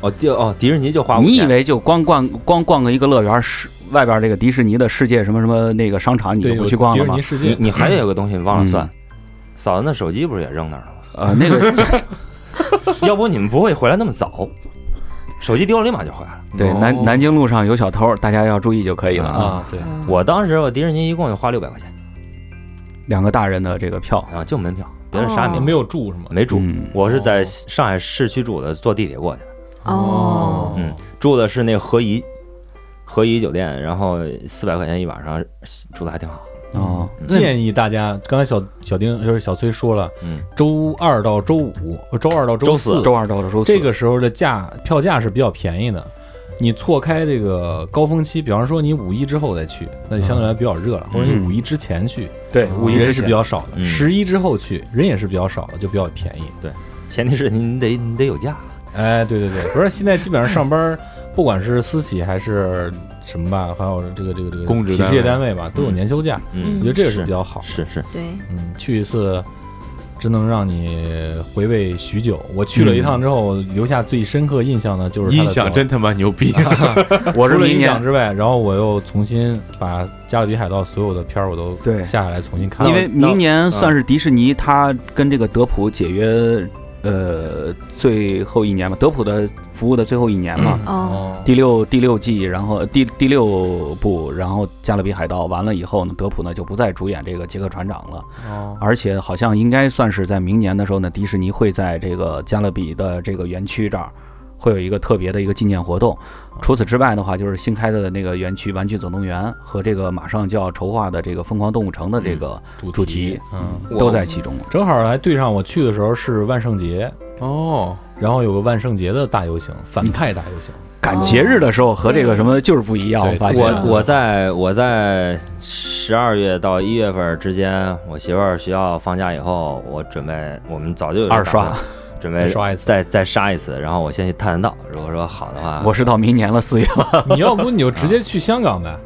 S4: 哦，迪哦，迪士尼就花五
S5: 你以
S4: 千，
S5: 为就光逛光逛个一个乐园是外边这个迪士尼的世界什么什么那个商场你
S3: 对，
S5: 就不
S3: 有
S5: 去逛
S3: 迪
S5: 了
S3: 士
S5: 吗
S3: 尼？世
S4: 你
S3: 界，
S4: 你还有个啊东西忘了
S5: 嗯
S4: 算，嫂子那手机不是也扔那儿了吗？
S5: 呃，那个
S4: 要不你们不会回来那么早，手机丢了立马就回来了。
S5: 对南南京路上有小偷，大家要注意就可以了啊。
S3: 啊，对，
S6: 嗯
S4: 我当时我迪士尼一共就花六百块钱，
S5: 两个大人的这个票，
S4: 啊，就门票，别的啥也没有
S3: 没有住是吗？
S4: 没住。
S5: 嗯，
S4: 我是在
S3: 哦
S4: 上海市区住的，坐地铁过去的。
S6: 哦，
S4: 嗯，住的是那和颐和颐酒店，然后四百块钱一晚上，住的还挺好。
S3: 嗯
S5: 哦，
S3: 建议大家，刚才小小丁就是小崔说了，
S4: 嗯，
S3: 周二到周五，呃周二到
S4: 周
S3: 四，
S4: 四
S5: 周二到周四
S3: 这个时候的价票价是比较便宜的。你错开这个高峰期，比方说你五一之后再去，那就相对来比较热了；或者你
S5: 嗯
S3: 五一之前去，
S5: 对
S3: 五一人是比较少的；
S4: 嗯
S3: 十一之后去，人也是比较少的，就比较便宜。
S4: 前提是你得你得有假。
S3: 哎，对对对，不是现在基本上上班儿，不管是私企还是什么吧，还有这个这个这个
S2: 公职
S3: 企
S2: 单
S3: 事业
S2: 位
S3: 单位吧，都有
S4: 嗯
S3: 年休假，我
S6: 嗯
S3: 觉得这个是比较好的。
S4: 是是，
S6: 对，
S3: 嗯，去一次真能让你回味许久。我去了一趟之后，留下最深刻印象的就是它
S2: 音
S3: 的
S2: 响
S3: 装
S2: 真他妈牛逼，啊
S5: 我是
S3: 除了
S5: 明
S3: 音响
S5: 年
S3: 之外，然后我又重新把《加勒比海盗》所有的片儿我都
S5: 对
S3: 下下来重新看了，
S5: 因为明
S3: 嗯
S5: 年算是迪士尼它跟这个德普解约，呃，最后一年嘛，德普的服务的最后一年嘛，
S6: 哦，
S5: 第六第六季，然后第第六部，然后《加勒比海盗》完了以后呢，德普呢就不再主演这个杰克船长了，
S3: 哦
S5: 而且好像应该算是在明年的时候呢，迪士尼会在这个加勒比的这个园区这儿。会有一个特别的一个纪念活动。除此之外的话，就是新开的那个园区《玩具总动员》和这个马上就要筹划的这个《疯狂动物城》的这个主
S3: 主
S5: 题，
S3: 嗯，
S5: 都在其中。
S3: 正好还对上我去的时候是万圣节，
S2: 哦，
S3: 然后有个万圣节的大游行，反派大游行，
S5: 赶节日的时候和这个什么就是不一样，
S3: 对
S5: 我发现。
S4: 我我在我在十二月到一月份之间，我媳妇儿学校放假以后，我准备我们早就有
S5: 二刷
S4: 打算，准
S3: 再
S4: 备
S3: 刷一次。
S4: 再再杀一次，然后我先去探探道，如果说好的话，
S5: 我是到明年了四月了，
S3: 你要不你就直接去香港呗，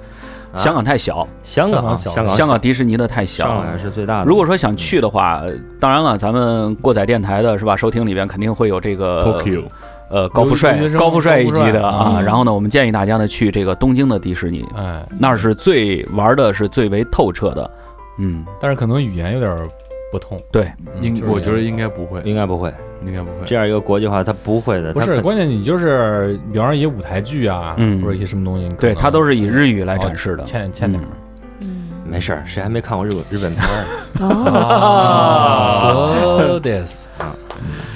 S4: 啊
S5: 香港太小，
S4: 香
S3: 香港
S4: 港啊
S3: 小
S4: 香港
S5: 香港迪士尼的太小
S4: 上
S5: 了。
S4: 海是最大的。
S5: 如果说想去的话，呃当然了，咱们过载电台的是吧？收听里边肯定会有这个
S2: Tokyo
S5: 呃高富
S3: 留
S5: 帅
S3: 学生
S5: 高富帅一级的
S3: 高富
S5: 啊。
S6: 帅嗯
S5: 然后呢，我们建议大家呢去这个东京的迪士尼，
S3: 哎，
S5: 那儿是最玩的是最为透彻的。嗯，
S3: 但是可能语言有点儿不通，
S5: 对，
S3: 嗯
S2: 应
S3: 就是
S2: 我觉得应该不会，
S4: 应该不会，
S2: 应该不会。
S4: 这样一个国际化，他不会的。
S3: 不
S4: 他
S3: 是，
S4: 肯
S3: 关键你就是，比方说一些舞台剧啊，
S5: 嗯
S3: 或者一些什么东西，哦
S5: 对，它都
S3: 是
S5: 是以日语来展示的。
S3: 欠欠点儿。
S6: 嗯，
S4: 没事儿，谁还没看过日本日本片儿？
S6: 哦，
S3: 啊，so this，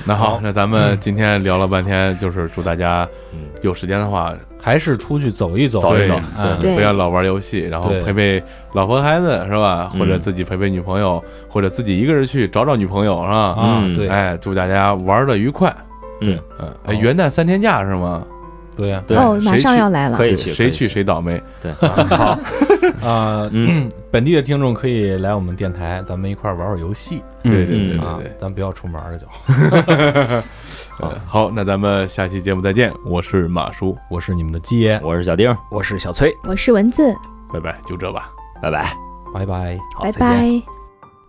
S2: 那好
S3: 好，
S2: 那咱们今天聊了半天，就是祝大家
S4: 嗯
S2: 有时间的话，
S3: 还是出去走一走，
S2: 走一走
S3: 哎
S6: 对
S2: 不要老玩游戏，然后
S3: 对
S2: 陪陪老婆孩子是吧？
S4: 嗯
S2: 或者自己陪陪女朋友，或者自己一个人去找找女朋友是吧？
S3: 啊，
S4: 嗯
S3: 对
S2: 哎，祝大家玩的愉快。
S4: 嗯
S2: 嗯，哎元旦三天假是吗？
S3: 对呀，
S4: 对
S6: 哦，马
S2: 谁
S6: 上
S2: 去
S6: 要来了
S4: 可，以去，
S2: 谁
S4: 可以
S2: 去谁倒霉。
S4: 对，
S2: 好，
S3: 啊，
S4: 嗯
S3: 本地的听众可以来我们电台，咱们一块儿玩会儿游戏
S2: 对对
S5: 嗯，
S2: 对对
S3: 啊
S2: 对，，
S3: 咱不要出门了就。
S2: 呃好，那咱们下期节目再见，我是马叔，
S3: 我是你们的街，
S4: 我是小丁，
S5: 我是小崔，
S6: 我是文字，
S2: 拜拜，就这吧。
S4: 拜拜。
S3: 拜拜。
S5: 好
S6: 拜
S5: 再见
S6: 拜。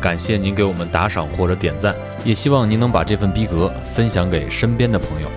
S7: 感谢您给我们打赏或者点赞，也希望您能把这份逼格分享给身边的朋友。